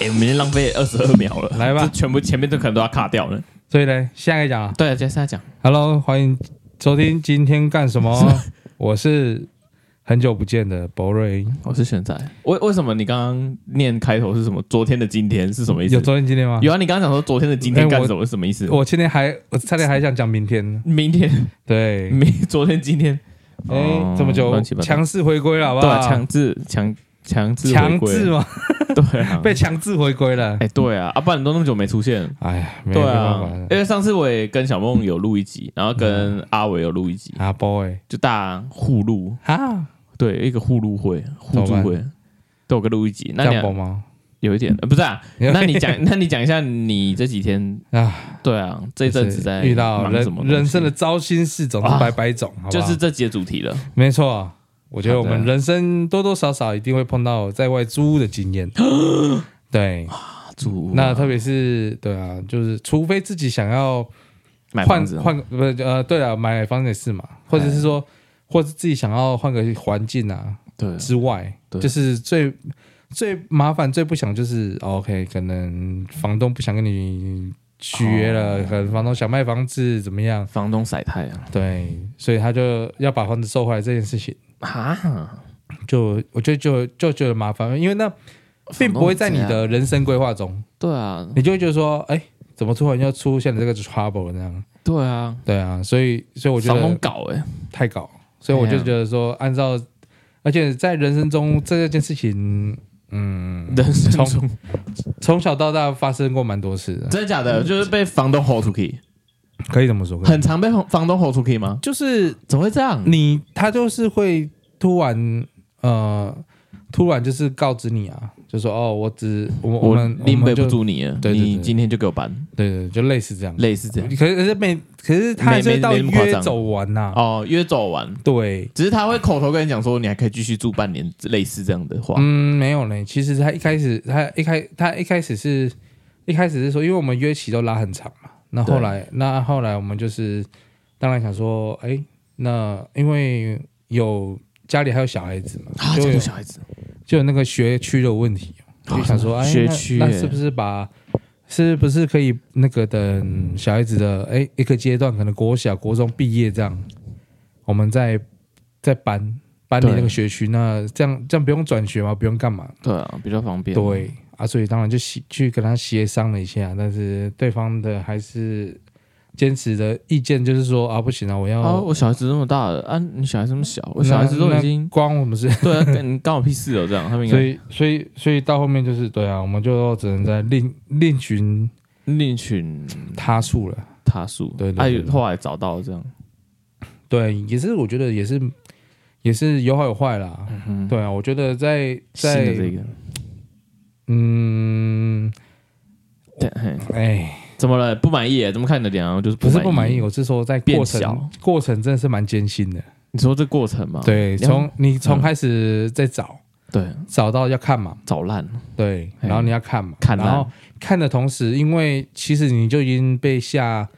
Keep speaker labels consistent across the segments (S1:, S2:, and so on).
S1: 哎们已经浪费二十二秒了，
S2: 来吧
S1: 这全部前面都可能都要卡掉了。
S2: 所以呢，下一个讲啊
S1: 对，接下来讲，
S2: ，Hello，欢迎收听今天干什么？ 我是很久不见的博瑞，
S1: 我是玄仔。为为什么你刚刚念开头是什么？昨天的今天是什么意思
S2: 有？昨天今天吗？
S1: 有啊，你刚刚讲说昨天的今天干什么是什么意思？
S2: 我今天还我差点还想讲明天呢，
S1: 明天
S2: 对，
S1: 明昨天今天，嗯
S2: 哎、
S1: 哦
S2: 这么久
S1: 乱七八糟
S2: 强势回归了，好不
S1: 对
S2: 好？
S1: 啊，强制强强制回
S2: 强
S1: 归
S2: 制嘛，
S1: 对啊，
S2: 被强制回归了。
S1: 哎对啊，啊不然你都那么久没出现，
S2: 哎呀，没有
S1: 对
S2: 没办法嗯
S1: 啊
S2: 了，。
S1: 因为上次我也跟小梦有录一集，然后跟阿伟有录一集，
S2: 啊，boy
S1: 就大家互录，
S2: 啊，
S1: 对，一个互录会、互助
S2: 怎么
S1: 会，都有个录一集。那
S2: 这
S1: 你啊
S2: 样崩吗？
S1: 有一
S2: 嗯
S1: 点，呃不是啊？ 那你讲， 那你讲一下你这几天
S2: 啊，
S1: 对啊，这一阵子在
S2: 是遇到
S1: 忙什
S2: 人
S1: 么东西
S2: 人生的，糟心事总
S1: 啊
S2: 是百百种，好不好
S1: 就是这节主题了。
S2: 没错。我觉得我
S1: 好
S2: 们
S1: 的
S2: 人生多多少少一定会碰到在外租屋的 经验，对，
S1: 租
S2: 啊那特别是对啊，就是除非自己想要
S1: 买
S2: 换
S1: 房子，哦
S2: 换不是呃，对啊，买房子也是嘛，或者是说，或是自己想要换个环境啊
S1: 对
S2: 之外，
S1: 对
S2: 就是最最麻烦、最不想就是哦 OK，可能房东不想跟你续约了，
S1: 哦
S2: 可能房东想卖房子怎么样？
S1: 房东晒太阳
S2: 对，所以他就要把房子收回来这件事情，
S1: 啊，
S2: 就我觉得就就觉得麻烦，因为那并不会在你
S1: 房东怎样
S2: 的人生规划中，
S1: 对啊，
S2: 你就会觉得说，哎，怎么突然要出现了这个 trouble 那样？
S1: 对啊，
S2: 对啊，所以所以我觉
S1: 房
S2: 得
S1: 东搞哎，
S2: 太搞，所以我就觉得说，按照，而且在人生中这件事 情，嗯，
S1: 人生
S2: 从
S1: 中
S2: 从小到大发生过蛮多次的，
S1: 真的假的？就是被房东吼出去，
S2: 可以这么说，可以
S1: 很常被房东吼出去吗？
S2: 就是
S1: 怎么会这样？
S2: 你他就是会突然呃，突然就是告知你啊，就说哦，我只我我
S1: 我
S2: 们
S1: 拎背
S2: 我们就
S1: 不住你了，
S2: 对嗯对对
S1: 你今天就给我搬，
S2: 对对，就类似这样，
S1: 类似这样。
S2: 可是可是没，可是他还是
S1: 啊没
S2: 会
S1: 没
S2: 到
S1: 没那么夸
S2: 约
S1: 张
S2: 走完呐、
S1: 哦，约走完，
S2: 对，
S1: 只是他会口头跟你讲说，你还可以继续住半年，类似这样的话。
S2: 嗯，没有呢。其实他一开始，他一开，他一开始是，一开始是说，因为我们约期都拉很长嘛。那后来，那后来我们就是，当然想说，哎，那因为有家里还有小孩子嘛，
S1: 啊，
S2: 就
S1: 这
S2: 有
S1: 个小孩子，
S2: 就有那个学区的问题，
S1: 啊
S2: 就想说，哎，
S1: 学区
S2: 那那
S1: 耶
S2: 是不是把，是不是可以那个等小孩子的，哎，一个阶段，可能国小、国中毕业这样，我们再再搬搬离
S1: 对
S2: 那个学区，那这样这样不用转学嘛，不用干嘛？
S1: 对啊，比较方便。
S2: 对啊，所以当然就协去跟他协商了一下，但是对方的还是坚持的意见就是说啊，不行啊，我要、
S1: 啊，我小孩子那么大了啊，你小孩这么小，我小孩子都
S2: 那
S1: 已经
S2: 光我们是，
S1: 对啊，跟你干我屁事哦，这样他们应
S2: 所
S1: 该
S2: 以所以所以到后面就是对啊，我们就只能在另另寻
S1: 另寻
S2: 他处了。
S1: 他处。
S2: 对对
S1: 啊
S2: 对
S1: 有后来找到这样，
S2: 对，也是我觉得也是也是有好有坏啦。
S1: 嗯，
S2: 对啊，我觉得在
S1: 新的这
S2: 在
S1: 个，
S2: 嗯，
S1: 对嘿
S2: 哎，
S1: 怎么了？不满意耶？怎么看你的脸啊？我就是
S2: 不是
S1: 不
S2: 不满意，。我是说在过
S1: 变小
S2: 程过程真的是蛮艰辛的。
S1: 你说这过程嘛？
S2: 对，
S1: 你要
S2: 从你从
S1: 嗯
S2: 开始在找。
S1: 对
S2: 找到要看嘛，
S1: 找烂，
S2: 对，
S1: 嘿
S2: 然后你要看嘛，
S1: 嗯看烂啊
S2: 然后看的同时，因为其实你就已经被下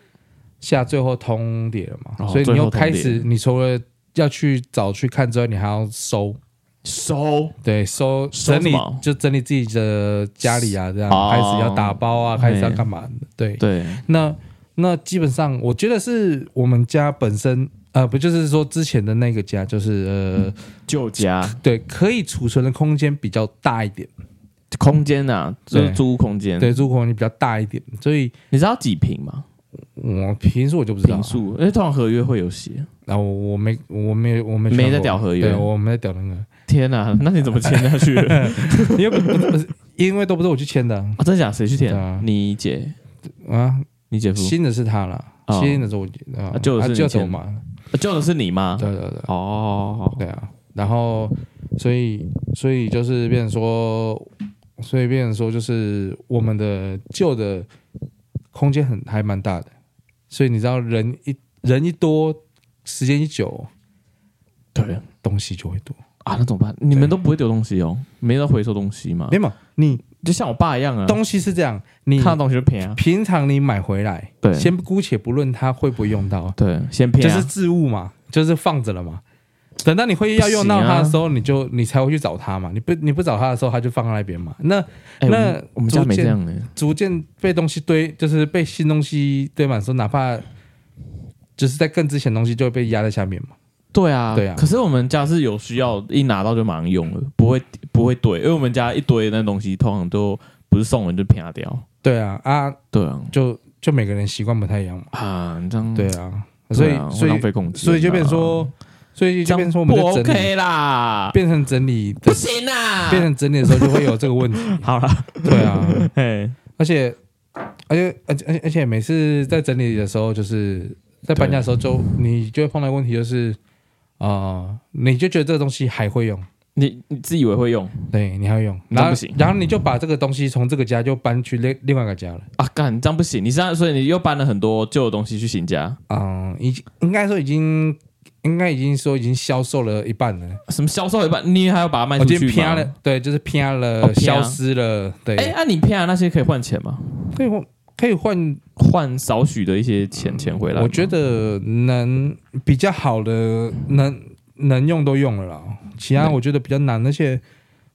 S2: 下最后通牒了嘛，
S1: 哦
S2: 所以你
S1: 最
S2: 又
S1: 后通牒
S2: 开始，你除了要去找去看之外，你还要收，
S1: 收
S2: 对，收
S1: 收
S2: 整
S1: 什
S2: 理
S1: 么
S2: 就整理自己的家里啊，这样、
S1: 哦
S2: 开始要打包啊，
S1: 嘿
S2: 开始要干嘛的，对，
S1: 对
S2: 那那基本上我觉得是我们家本身。呃，不就是说之前的那个家，就是
S1: 嗯
S2: 呃，
S1: 旧家
S2: 对，可以储存的空间比较大一点，
S1: 空间啊，就
S2: 对
S1: 是租屋空间。
S2: 对，住空间比较大一点，所以
S1: 你知道几平吗？
S2: 我平时我就不知道
S1: 平
S2: 啊，
S1: 数，因为通常合约会有写。
S2: 然后我我没我没我没
S1: 没
S2: 看
S1: 在
S2: 过
S1: 屌合约
S2: 对我没在屌那个，
S1: 天哪、那你怎么签下去了？
S2: 因为不不是因为都不是我去签的啊
S1: 啊，真假？谁去填
S2: 对啊？
S1: 你姐，
S2: 啊，
S1: 你姐夫？
S2: 新的是他啦，
S1: 哦
S2: 新的是我啊
S1: 啊旧的是
S2: 啊
S1: 你
S2: 旧
S1: 签
S2: 我嘛，
S1: 啊救的是你吗？
S2: 对对对
S1: 哦，
S2: 对啊，然后所以所以就是变成说，所以变成说就是我们的旧的空间很还蛮大的，所以你知道人一人一多，时间一久，
S1: 对啊，
S2: 东西就会多，
S1: 那怎么办？你们都不会丢东西哦，没人回收东西吗
S2: 没？有嘛你
S1: 就像我爸一样啊，
S2: 东西是这样，你
S1: 看到东西就偏啊。
S2: 平常你买回来，
S1: 对
S2: 先姑且不论它会不会用到，
S1: 对，先偏
S2: 就
S1: 啊
S2: 是。置物嘛，就是放着了嘛。等到你会议要用到
S1: 不行啊
S2: 他的时候，你就你才会去找他嘛。你不你不找他的时候，他就放在那边嘛。那
S1: 哎，
S2: 那
S1: 我们我们家
S2: 逐
S1: 没
S2: 渐
S1: 这样呢。
S2: 逐渐被东西堆，就是被新东西堆满的时候，哪怕就是在更之前的东西就会被压在下面嘛。
S1: 对啊，
S2: 对啊
S1: 可是我们家是有需要，一拿到就马上用了，不会不会堆，因为我们家一堆那东西，通常都不是送人就啪掉。
S2: 对啊，啊，
S1: 对啊，
S2: 就就每个人习惯不太一样嘛。
S1: 啊，你这样
S2: 对啊，所以、
S1: 啊会
S2: 所
S1: 浪
S2: 以
S1: 费空间啊，
S2: 所以就变成说，所以
S1: 这
S2: 就
S1: 样
S2: 变成说我们
S1: 不
S2: 在整理，
S1: OK 啦，
S2: 变成整理
S1: 不
S2: 的，
S1: 行啊，
S2: 变成整理的时候就会有这个问题。
S1: 好 了，
S2: 对啊，
S1: 嘿，
S2: 而且而且而且而且而且每次在整理的时候，就是在搬家的时候就你就会碰到一个问题，就是啊、呃你就觉得这个东西还会用。
S1: 你你自以为会用
S2: 对，你还会用，
S1: 那
S2: 然后
S1: 不行
S2: 然后你就把这个东西从这个家就搬去另另外一个家了。
S1: 啊？干，这样不行，你现在所以你又搬了很多旧的东西去新家，
S2: 嗯，已经应该说已经应该已经说已经销售了一半了，
S1: 什么销售一半，你还要把它卖
S2: 我
S1: 出
S2: 已
S1: 去
S2: 经
S1: 吗
S2: 偏了，对，就是偏了，
S1: 哦偏啊
S2: 消失了，对，
S1: 哎，那你骗那些可以换钱吗？
S2: 可以换可以换，
S1: 换少许的一些钱钱回来吗？
S2: 嗯我觉得能比较好的能能用都用了啦，其他
S1: 能
S2: 我觉得比较难，而且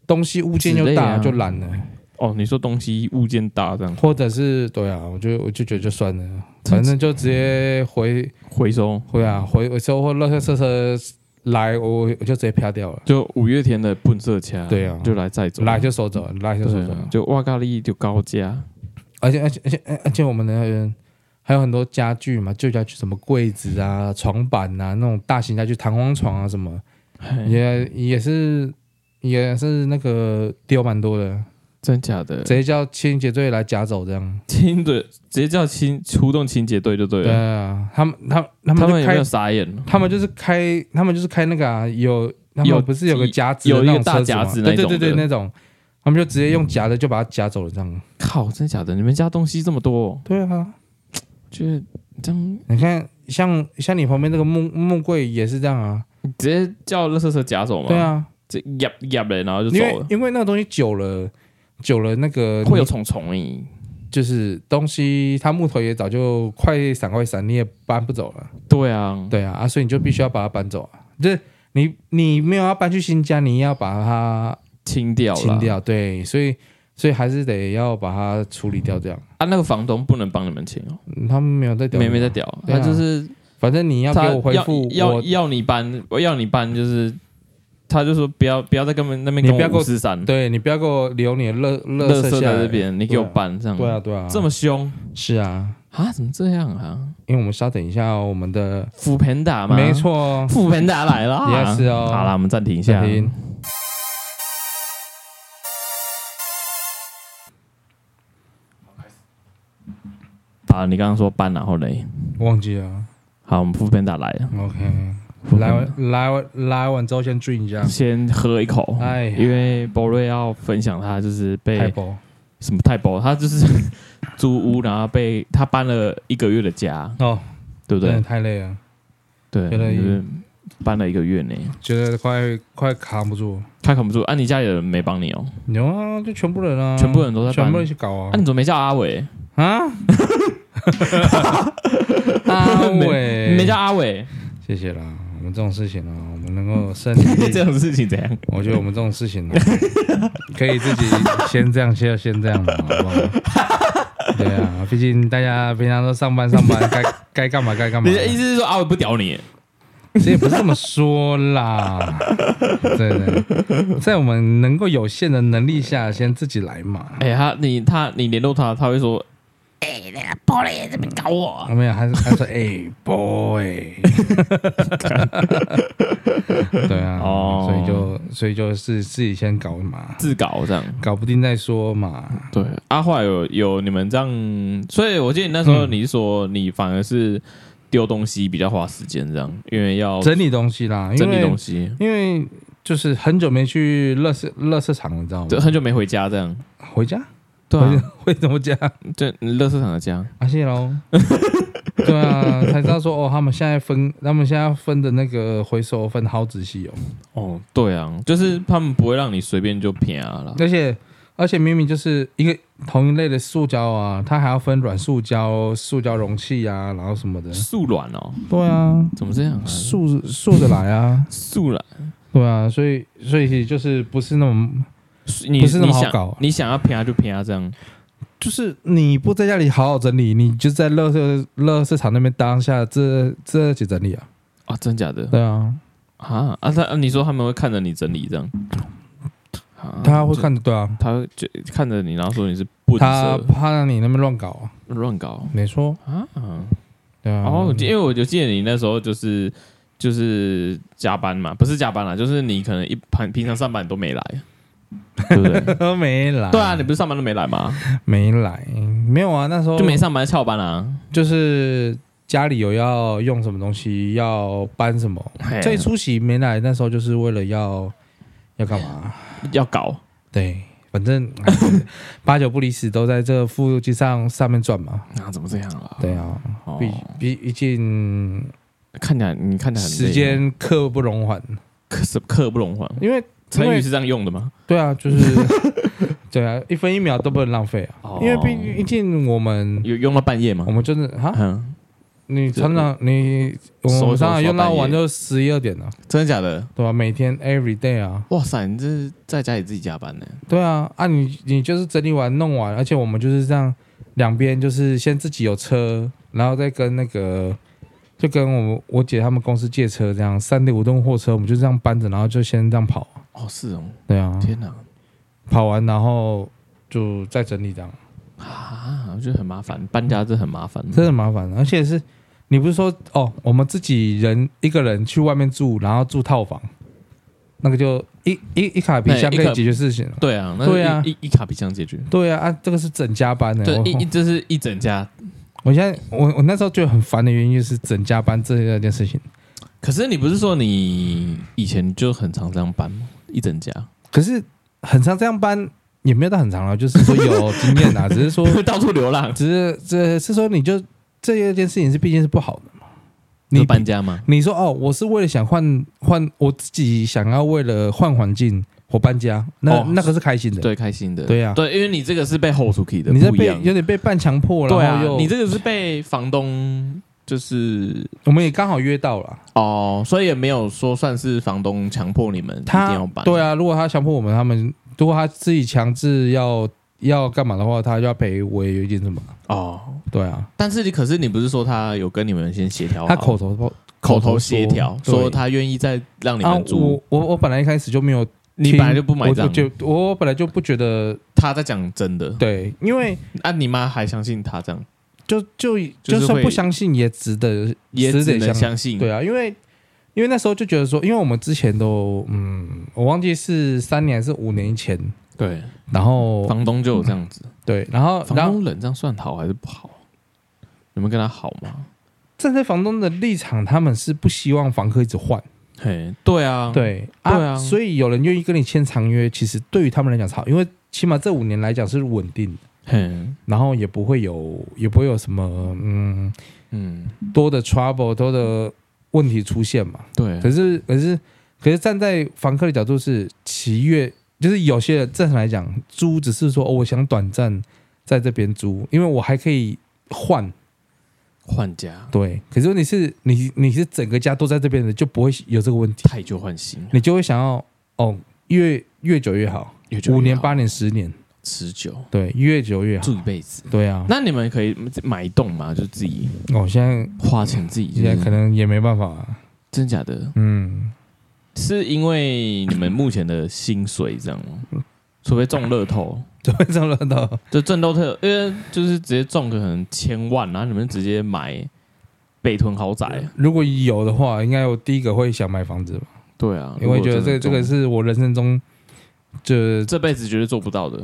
S2: 东西物件
S1: 之
S2: 又
S1: 类
S2: 大
S1: 啊
S2: 就懒了，
S1: 哦，你说东西物件大这样
S2: 或者是对啊，我就我就觉得就算了，反正就直接回。
S1: 回收，
S2: 会啊，回回收或垃圾车车来，我我就直接啪掉了，
S1: 就五月天的笨色掐，
S2: 对啊
S1: 就来再走，
S2: 来就收走，来就收
S1: 对
S2: 走。
S1: 啊，就哇咖喱就高价，
S2: 而且而且而且而且我们的还有很多家具嘛，旧家具什么柜子啊、床板啊，那种大型家具、弹簧床啊什么，
S1: 嘿
S2: 也也是也是那个丢蛮多的，
S1: 真假的
S2: 直，接叫清洁队来夹走这样。
S1: 清的直接叫清出动清洁队就对
S2: 对
S1: 了，
S2: 啊，他们他们
S1: 他
S2: 他
S1: 们
S2: 们就
S1: 有没
S2: 开
S1: 有傻眼？
S2: 他们就是开，他们就是开那个啊，有他
S1: 有
S2: 们不是有个夹子的
S1: 有一
S2: 那
S1: 个
S2: 种
S1: 大
S2: 车子
S1: 夹
S2: 吗，
S1: 子那
S2: 对对
S1: 种
S2: 对对
S1: 的
S2: 那种，他们就直接用夹的就把它夹走了这样。
S1: 靠，真假的，你们家东西这么多，
S2: 对啊，
S1: 觉得这样
S2: 你看像像你旁边那个木木柜也是这样啊，
S1: 直接叫垃圾车夹走吗？
S2: 对，啊，
S1: 这压压嘞，然后就走
S2: 因为
S1: 了，
S2: 因为那个东西久了久了那个
S1: 会有
S2: 你
S1: 虫虫诶，
S2: 就是东西它木头也早就快散快散，你也搬不走了，
S1: 对啊，
S2: 对啊啊，所以你就必须要把它搬走啊，就是你你没有要搬去新家，你要把它
S1: 清掉了，
S2: 清掉，对，所以所以还是得要把它处理掉，这样、
S1: 啊，那个房东不能帮你们清哦，
S2: 嗯他们没有在屌你
S1: 没
S2: 啊
S1: 没在，屌，
S2: 对啊
S1: 他就是
S2: 反正你要给
S1: 他
S2: 我回复
S1: 要要
S2: 我，
S1: 要你搬，我要你搬，就是他就说不要不要在跟我们那边
S2: 你
S1: 跟
S2: 不要给
S1: 我
S2: 我
S1: 五四三，
S2: 对你不要给我留你的乐
S1: 垃
S2: 乐
S1: 圾
S2: 色
S1: 在
S2: 下来
S1: 这，边，你给我搬这样，
S2: 对啊对啊，
S1: 这么凶
S2: 是啊，
S1: 啊？怎么这样啊？
S2: 因为我们稍等一下哦我们的
S1: 扶贫打吗？
S2: 没，错，
S1: 扶贫打来了啊，
S2: Yes 哦
S1: 好啦，我们暂停一下
S2: 暂，停。
S1: 好，你刚刚说啊搬然后嘞，
S2: 忘记了
S1: 好，我们扶贫打来了，
S2: ，OK，
S1: 扶贫
S2: 来
S1: 打
S2: 完来完来完之后先注意一下，
S1: 先喝一口，
S2: 哎呀，
S1: 因为博瑞要分享他就是
S2: 太
S1: 被
S2: 薄
S1: 什么太薄，他就是 租屋，然后被他搬了一个月的家，
S2: 哦，
S1: 对不
S2: 真的
S1: 对？
S2: 太累了，
S1: 对，
S2: 觉得
S1: 就是搬了一个月呢，
S2: 觉得快快扛不住，
S1: 他扛不住啊！你家里人没帮你哦，
S2: 有啊，就全部人啊，
S1: 全部人都在搬
S2: 全部人一起搞啊
S1: 啊，，你怎么没叫阿伟？
S2: 啊，阿伟，
S1: 你没叫阿 伟，
S2: 谢谢啦。我们这种事情呢、我们能够 胜
S1: 这
S2: 利，
S1: 种事情怎样？
S2: 我觉得我们这种事情呢、 可以自己先这样，先先这样的，好 不好？对啊，毕竟大家平常都上班上 班，该该干嘛该干嘛
S1: 你。的意思是说阿伟不屌你？
S2: 这也不是这么说啦，对对，在我们能够有限的能力下，先自己来嘛。
S1: 哎，他你他你联络他，他会说
S2: 啊、没有，还是他 说：“哎、boy。”对啊，
S1: 哦
S2: 所以就所以就是自己先搞嘛，
S1: 自搞这样。
S2: 搞不定再说嘛。
S1: 对，阿坏有有你们这样，所以我记得你那时候
S2: 嗯
S1: 你是说你反而是丢东西比较花时间这样，因为要
S2: 整理东西啦，因
S1: 哦整理
S2: 为
S1: 东西，
S2: 因为就是很久没去乐色乐色场了，你知道
S1: 就
S2: 吗？
S1: 很久没回家这样。
S2: 回家，
S1: 对
S2: 回
S1: 啊，
S2: 回怎么家？
S1: 这乐色场的家，
S2: 啊，谢喽。对啊，才知道说哦，他们现在分，他们现在分的那个回收分好仔细哦，
S1: 哦，对啊，就是他们不会让你随便就撇啊啦。
S2: 而且而且明明就是一个同一类的塑胶啊，它还要分软塑胶、塑胶容器啊，然后什么的。
S1: 素卵哦，
S2: 对啊，
S1: 怎么这样啊？
S2: 塑塑的来啊，
S1: 素卵，
S2: 对啊，所以所以其实就是不是那种，
S1: 你
S2: 不是那么
S1: 你
S2: 好
S1: 想
S2: 搞啊
S1: 你想要啪就啪这样，
S2: 就是你不在家里好好整理，你就在乐色乐色场那边当下这这去整理啊。
S1: 啊，真假的
S2: 对啊，
S1: 啊啊！他啊你说他们会看着你整理这样，啊
S2: 他会
S1: 这
S2: 看，对啊，
S1: 他会觉看着你，然后说你是不
S2: 他怕你那边乱搞啊，
S1: 乱搞
S2: 没错，
S1: 啊。
S2: 对啊。
S1: 哦，因为我就记得你那时候就是就是加班嘛，不是加班啦，就是你可能一盘平常上班你都没来，对不 对？
S2: 都 没来，
S1: 对啊，你不是上班都没来吗？
S2: 没来，没有啊，那时候
S1: 就没上班翘班啊。
S2: 就是家里有要用什么东西，要搬什么，
S1: 嘿
S2: 所以出席没来，那时候就是为了要要干嘛？
S1: 要搞，
S2: 对，反正 哎八九不离十，都在这附近上上面转嘛。
S1: 那、怎么这样了？
S2: 对啊，
S1: 哦
S2: 毕毕毕竟
S1: 看起来你看起来很累
S2: 时间刻不容缓，
S1: 刻是刻不容缓，
S2: 因为
S1: 成
S2: 因
S1: 语
S2: 为
S1: 是这样用的吗？
S2: 对啊，就是对啊，一分一秒都不能浪费啊，
S1: 哦
S2: 因为毕毕竟我们
S1: 有用到半夜吗
S2: 我？们真的哈，
S1: 嗯，
S2: 你常常你我
S1: 收一收
S2: 们常常用到
S1: 收半夜
S2: 晚就十一二点了，啊
S1: 真的假的？
S2: 对吧、每天 every day 啊，
S1: 哇塞，你这是在家里自己加班呢？
S2: 对啊，啊你你就是整理完弄完，而且我们就是这样，两边就是先自己有车，然后再跟那个就跟我们我姐他们公司借车，这样三点五吨货车，我们就这样搬着，然后就先这样跑，
S1: 哦，是哦，
S2: 对啊，
S1: 天哪！
S2: 跑完然后就再整理这样，
S1: 啊，我觉得很麻烦，搬家真的很麻烦。
S2: 真的麻烦，啊而且是你不是说哦，我们自己人一个人去外面住，然后住套房，那个就一一一卡皮
S1: 对
S2: 箱
S1: 一
S2: 可以
S1: 卡
S2: 解决事情了。
S1: 对啊，那
S2: 对啊哦
S1: 一一一卡皮箱解决。
S2: 对啊，啊，这个是整家班的、
S1: 对，
S2: 我
S1: 一一这是一整家。
S2: 我现在我我那时候觉得很烦的原因就是整家班这这件事情。
S1: 可是你不是说你以前就很常这样搬吗？一整家
S2: 可是很长这样搬也没有到很长了，啊就是说有经验啊，只是说
S1: 到处流浪，
S2: 只是只是说你就这一件事情是毕竟是不好的嘛。
S1: 你
S2: 你
S1: 搬家吗？
S2: 你说哦，我是为了想换换我自己想要为了换环境我搬家，那、
S1: 哦
S2: 那个是开心的。
S1: 对，开心的。
S2: 对啊
S1: 对，因为你这个是被后出去的，
S2: 你这
S1: 不一
S2: 被
S1: 样
S2: 有点被半强迫，
S1: 对
S2: 然
S1: 啊
S2: 后又、，
S1: 你这个是被房东就是
S2: 我们也刚好约到了，
S1: 哦，所以也没有说算是房东强迫你们一定
S2: 他
S1: 要搬。
S2: 对，啊，如果他强迫我们，他们如果他自己强制要要干嘛的话，他就要赔我也有一点什么。
S1: 哦，
S2: 对啊，
S1: 但是你可是你不是说他有跟你们先协调好，
S2: 他口头不
S1: 口头协调
S2: 对
S1: 说他愿意再让哦你
S2: 啊
S1: 们，住，
S2: 我我我本来一开始就没有听，
S1: 你本来就不买
S2: 我
S1: 账
S2: 我，就我本来就不觉得
S1: 他在讲真的，
S2: 对，因为
S1: 啊，你妈还相信他这样，
S2: 就
S1: 就
S2: 就
S1: 是
S2: 就算
S1: 会
S2: 不相信也值得，
S1: 也
S2: 值
S1: 只
S2: 得
S1: 能
S2: 相
S1: 相信，
S2: 对啊，因为因为那时候就觉得说，因为我们之前都嗯，我忘记是三年还是五年前，
S1: 对，
S2: 然后
S1: 房东就有这样子，
S2: 对，然后
S1: 房
S2: 嗯然后
S1: 东人这样算好还是不好？你们跟他好吗？
S2: 站在房东的立场，他们是不希望房客一直换，
S1: 嘿，对啊，，
S2: 对
S1: 对啊
S2: 所以有人愿意跟你签长约，其实对于他们来讲是好，因为起码这五年来讲是稳定的。
S1: 嘿，
S2: 然后也不会有，也不会有什么嗯
S1: 嗯，
S2: 多的 trouble 多的问题出现嘛。
S1: 对，
S2: 可是可是可是站在房客的角度是七月，就是有些人正常来讲租只是说、哦、我想短暂在这边租，因为我还可以换。
S1: 换家
S2: 对，可是问题是你你是整个家都在这边的，就不会有这个问题，
S1: 太旧换新，
S2: 你就会想要哦越越久越好，
S1: 也就
S2: 五
S1: 没
S2: 年
S1: 好
S2: 八年十年，
S1: 持久
S2: 对，越久越好
S1: 住。一辈子。
S2: 对啊，
S1: 那你们可以买一栋嘛，就自己
S2: 那我、现在
S1: 花钱自己、就是，
S2: 现在可能也没办法、啊
S1: 真假的，
S2: 嗯。
S1: 是因为你们目前的薪水这样吗？除非中乐透，
S2: 怎么中乐透？
S1: 就中乐透，因为就是直接中个可能千万，然后你们直接买北屯豪宅。
S2: 如果有的话，应该我第一个会想买房子吧，
S1: 对啊，
S2: 因为觉得这个这
S1: 如果真的
S2: 个
S1: 中
S2: 是我人生中就
S1: 这辈子绝对做不到的，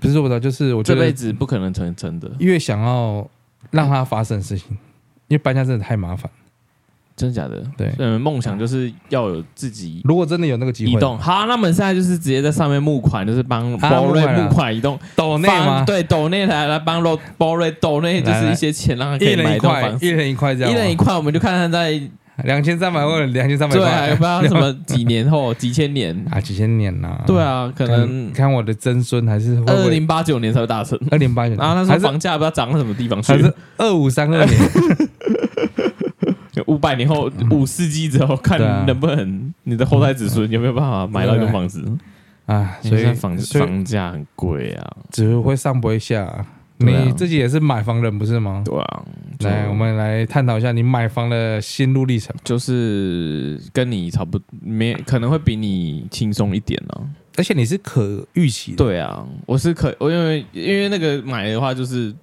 S2: 不是做不到，就是我觉
S1: 这辈
S2: 得
S1: 子不可能成真的，
S2: 越想要让它发生的事情，因为搬家真的太麻烦。
S1: 真的假的？
S2: 对
S1: 所以你们梦想就是要有自己
S2: 如果真的有那个机
S1: 移
S2: 会，
S1: 动。好，那我们现在就是直接在上面募款，就是帮
S2: 啊
S1: 包
S2: 募
S1: 瑞
S2: 款啊
S1: 募款移动。
S2: 抖内
S1: 帮
S2: 吗？
S1: 对，抖内来来帮罗包瑞抖内，就
S2: 来
S1: 是
S2: 来
S1: 一些钱让他可
S2: 一
S1: 以买
S2: 人一
S1: 栋
S2: 块
S1: 房，
S2: 一
S1: 子，
S2: 人一块这样
S1: 一
S2: 吗。
S1: 人一块，我们就看他在
S2: 两千三百万，两千三百
S1: 对啊，
S2: 块
S1: 有不知道什么几年后、 几千年，
S2: 啊，几千年呐？
S1: 对，啊，可
S2: 看
S1: 能
S2: 看我的曾孙还是
S1: 二零八九年才会大 成。
S2: 二零八九，
S1: 然后那时候
S2: 还啊是
S1: 房价不知道涨到什么地方去
S2: 还，是二五三二年，
S1: 五百年后五世纪之后，看
S2: 对啊
S1: 能不能你的后代子孙有没有办法买到一栋房子。
S2: 啊，所
S1: 所以
S2: 以
S1: 房
S2: 所以
S1: 房价很贵啊，
S2: 只会上不会下。
S1: 对啊
S2: 你自己也是买房人不是吗？
S1: 对啊。就
S2: 来，我们来探讨一下你买房的心路历程。
S1: 就是跟你差不没可能会比你轻松一点呢、
S2: 而且你是可预期的，
S1: 对啊，我是可我因为因为那个买的话就是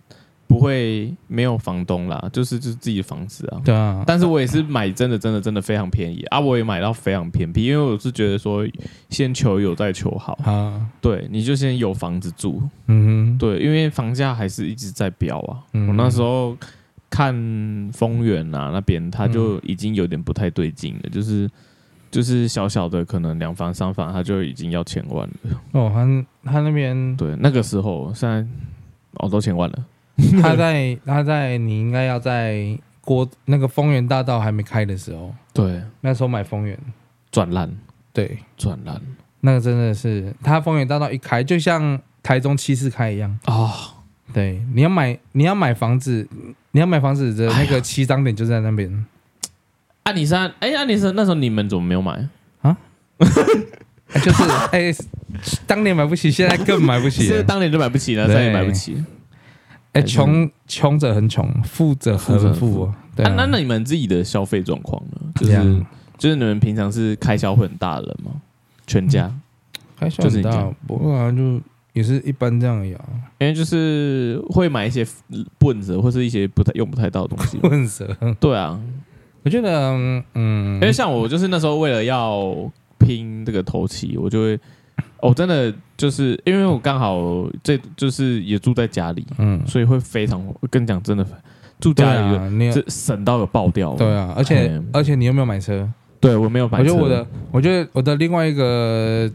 S1: 不会没有房东啦，就是就是自己的房子啊。
S2: 对啊，
S1: 但是我也是买真的真的真的非常便宜啊，我也买到非常偏僻，因为我是觉得说先求有再求好，
S2: 啊，
S1: 对，你就先有房子住，
S2: 嗯哼，
S1: 对，因为房价还是一直在飙啊。
S2: 嗯
S1: 我那时候看丰原啊那边，它就已经有点不太对劲了，就是就是小小的可能两房三房，它就已经要千万了。
S2: 哦，他他那边
S1: 对，那个时候现在哦都千万了，
S2: 他在他在你应该要在国那个丰原大道还没开的时候，
S1: 对，
S2: 那时候买丰原，
S1: 转烂
S2: 对，
S1: 转烂
S2: 那个真的是他丰原大道一开，就像台中七四开一样，
S1: 啊，
S2: 对，你要买你要买房子，你要买房子的那个起涨点就在那 边。
S1: 安里山，哎，安里山那时候你们怎么没有买？
S2: 哎就是哎、当年买不起，现在更买不起
S1: 是
S2: 了。
S1: 当年就买不起了，再也买不起。
S2: 哎，穷穷者很穷，富者很富哦。对
S1: 那
S2: 啊，嗯
S1: 那那你们自己的消费状况呢？就
S2: 这样
S1: 是就是你们平常是开销会很大的人吗？全家？
S2: 嗯开销
S1: 就是
S2: 很
S1: 你这
S2: 大
S1: 样，
S2: 不过好像就也是一般这样而已啊。。
S1: 因为就是会买一些棍子或是一些不太用不太到的东西
S2: 混色，
S1: 对啊，
S2: 我觉得嗯嗯，
S1: 因为像我就是那时候为了要拼这个头期，我就会，哦，真的就是因为我刚好这就是也住在家里，
S2: 嗯，
S1: 所以会非常，我跟你讲，真的住
S2: 对
S1: 家里的
S2: 啊，你有
S1: 这省到有爆掉。
S2: 对，啊，而且
S1: 嗯
S2: 而且你有没有买车？
S1: 对我没有买
S2: 我
S1: 车，
S2: 觉得我的，我觉得我的另外一个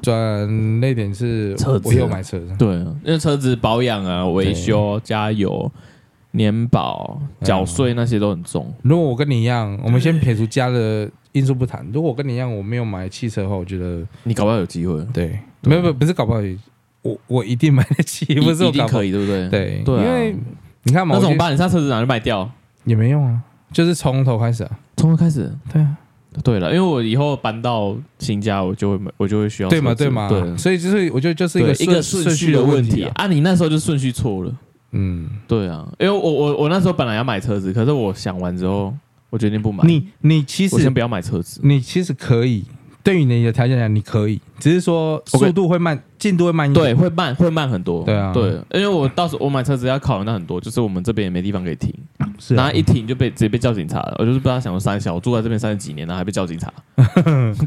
S2: 转泪点是
S1: 车子
S2: 我也有买车，
S1: 对，啊因为车子保养啊、维修、加油、年保、缴税那些都很重。
S2: 如果我跟你一样，我们先撇除家的因素不谈。如果我跟你一样，我没有买汽车的话，我觉得
S1: 你搞不好有机会，
S2: 对，
S1: 对
S2: 没有没有，不是搞不好，我我一定买得起，不是
S1: 一
S2: 我
S1: 一定
S2: 搞不好
S1: 可以，对不对？
S2: 对
S1: 对啊
S2: 因为你看嘛，
S1: 那
S2: 我
S1: 怎么
S2: 去
S1: 办？你上车子拿去卖掉？
S2: 也没用啊，就是从头开始啊，
S1: 从头开始。
S2: 对啊，
S1: 对了，因为我以后搬到新家，我就会买我就会需要
S2: 对嘛
S1: 车子
S2: 对嘛，
S1: 对，
S2: 所以就是我觉得就是一个
S1: 对一个
S2: 顺
S1: 顺
S2: 序
S1: 序
S2: 的
S1: 的问
S2: 题
S1: 题
S2: 啊，
S1: 啊。你那时候就顺序错了。
S2: 嗯，
S1: 对啊，因为我我我那时候本来要买车子，可是我想完之后，我决定不买。
S2: 你你其
S1: 我先
S2: 实
S1: 不要买车子。
S2: 你其实可以，对于你的条件来讲，你可以，只是说
S1: OK
S2: 速度会慢，进度会慢一点，
S1: 对，会慢，会慢很多。
S2: 嗯对啊
S1: 对，因为我到时候我买车子要考量到很多，就是我们这边也没地方可以停，
S2: 是
S1: 然
S2: 啊
S1: 后一停就被直接被叫警察了。我就是不知道想说三小，我住在这边三十几年，然后还被叫 警察。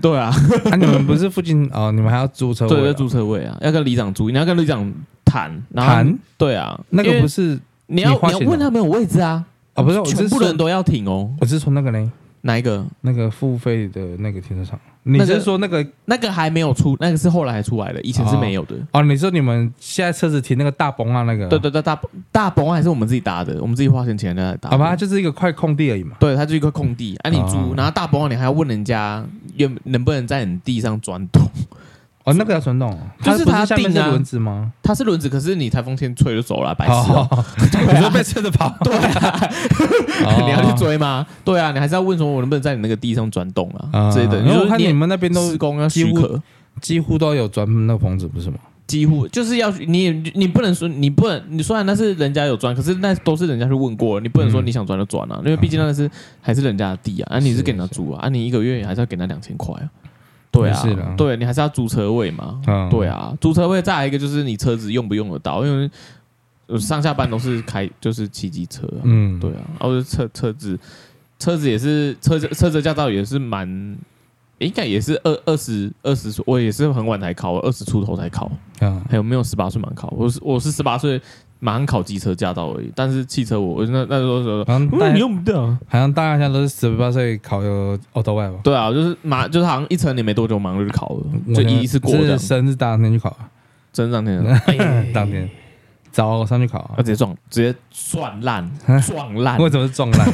S1: 对啊，
S2: 啊，你们不是附近哦，你们还要租车位
S1: 对，
S2: 啊，
S1: 要租车位啊，要跟里长租，你要跟里长谈，然后
S2: 谈
S1: 对啊，
S2: 那
S1: 因
S2: 个
S1: 为
S2: 不是
S1: 你要
S2: 你花
S1: 你要
S2: 钱
S1: 问
S2: 的
S1: 他没有位置啊，
S2: 啊，不是，我
S1: 全
S2: 是
S1: 部
S2: 说
S1: 人都要停哦。
S2: 我是说那个呢，
S1: 哪一个？
S2: 那个付费的那个停车场，你
S1: 那个
S2: 是说那个
S1: 那个还没有出，那个是后来还出来的，以前是没有的。
S2: 哦？你说你们现在车子停那个大崩啊那个？
S1: 对，对对，大大棚还是我们自己搭的，我们自己花钱请人家来搭。
S2: 好吧，啊它，就是一个块空地而已嘛。
S1: 对，它就一块空地，按、啊、你租，
S2: 哦
S1: 然后大棚你还要问人家愿能不能在你地上钻洞。
S2: 哦，那个要传动哦，
S1: 就是
S2: 它不
S1: 它
S2: 下面
S1: 定啊
S2: 是轮子吗？
S1: 它是轮子，可是你台风天吹就走了，白痴、
S2: 哦
S1: 哦。，
S2: 你说被车子跑，
S1: 对啊，
S2: 哦
S1: 你要去追吗？对啊，你还是要问说，我能不能在你那个地上钻洞啊
S2: 啊
S1: 之类的。
S2: 因为我看
S1: 你
S2: 你
S1: 说
S2: 们那边
S1: 你
S2: 都
S1: 施工要许
S2: 几乎
S1: 可，
S2: 几乎都有转那个棚子，不是吗？
S1: 几乎就是要你你不能说你不能你虽然那是人家有钻，可是那都是人家去问过了，你不能说
S2: 嗯
S1: 你想钻就钻啊，因为毕竟那是还是人家的地啊，啊你
S2: 是
S1: 是给人家租啊，啊你一个月还是要给人家两千块啊，对啊
S2: 也是啦，
S1: 对你还是要租车位嘛，
S2: 嗯
S1: 对，啊，租车位再来一个就是你车子用不用得到，因为呃上下班都是开就是骑机车啊，
S2: 嗯，
S1: 对，啊，然后车车子车子也是车子车子驾照也是蛮。应该也是二二十二十，我也是很晚才考，二十出头才考。
S2: 啊，
S1: 还有没有十八岁满考？我是我是十八岁马上考机车驾照而已，但是汽车我我那那时候说、
S2: 好像大
S1: 嗯、你
S2: 家
S1: 用不到啊。
S2: 好像大家现在都是十八岁考有 auto 外吧？
S1: 对啊，就是马就是好像一成年没多久马上就去考了，就
S2: 我呢
S1: 一次过这
S2: 嗯是
S1: 样，哎
S2: 生日当天去考啊，
S1: 真让天人
S2: 当天早上去考啊
S1: 要，直接撞， 直接撞烂，撞烂
S2: 为。什么是撞烂？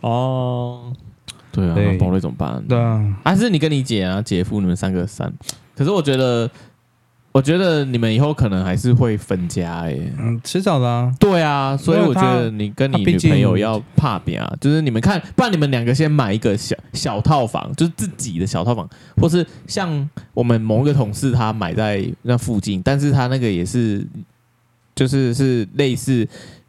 S1: 哦， 对啊，
S2: 对
S1: 那爆雷怎么办？
S2: 对啊，
S1: 还是你跟你姐啊、姐夫你们三个三，可是我觉得，我觉得你们以后可能还是会分家哎、
S2: 嗯，迟早的啊。
S1: 对啊，所以
S2: 没
S1: 我
S2: 有
S1: 觉
S2: 他
S1: 得你跟你
S2: 他
S1: 女
S2: 毕竟
S1: 朋友要怕别啊，就是你们看，不然你们两个先买一个小小套房，就是自己的小套房，或是像我们某一个同事他买在那附近，但是他那个也是，就是是类似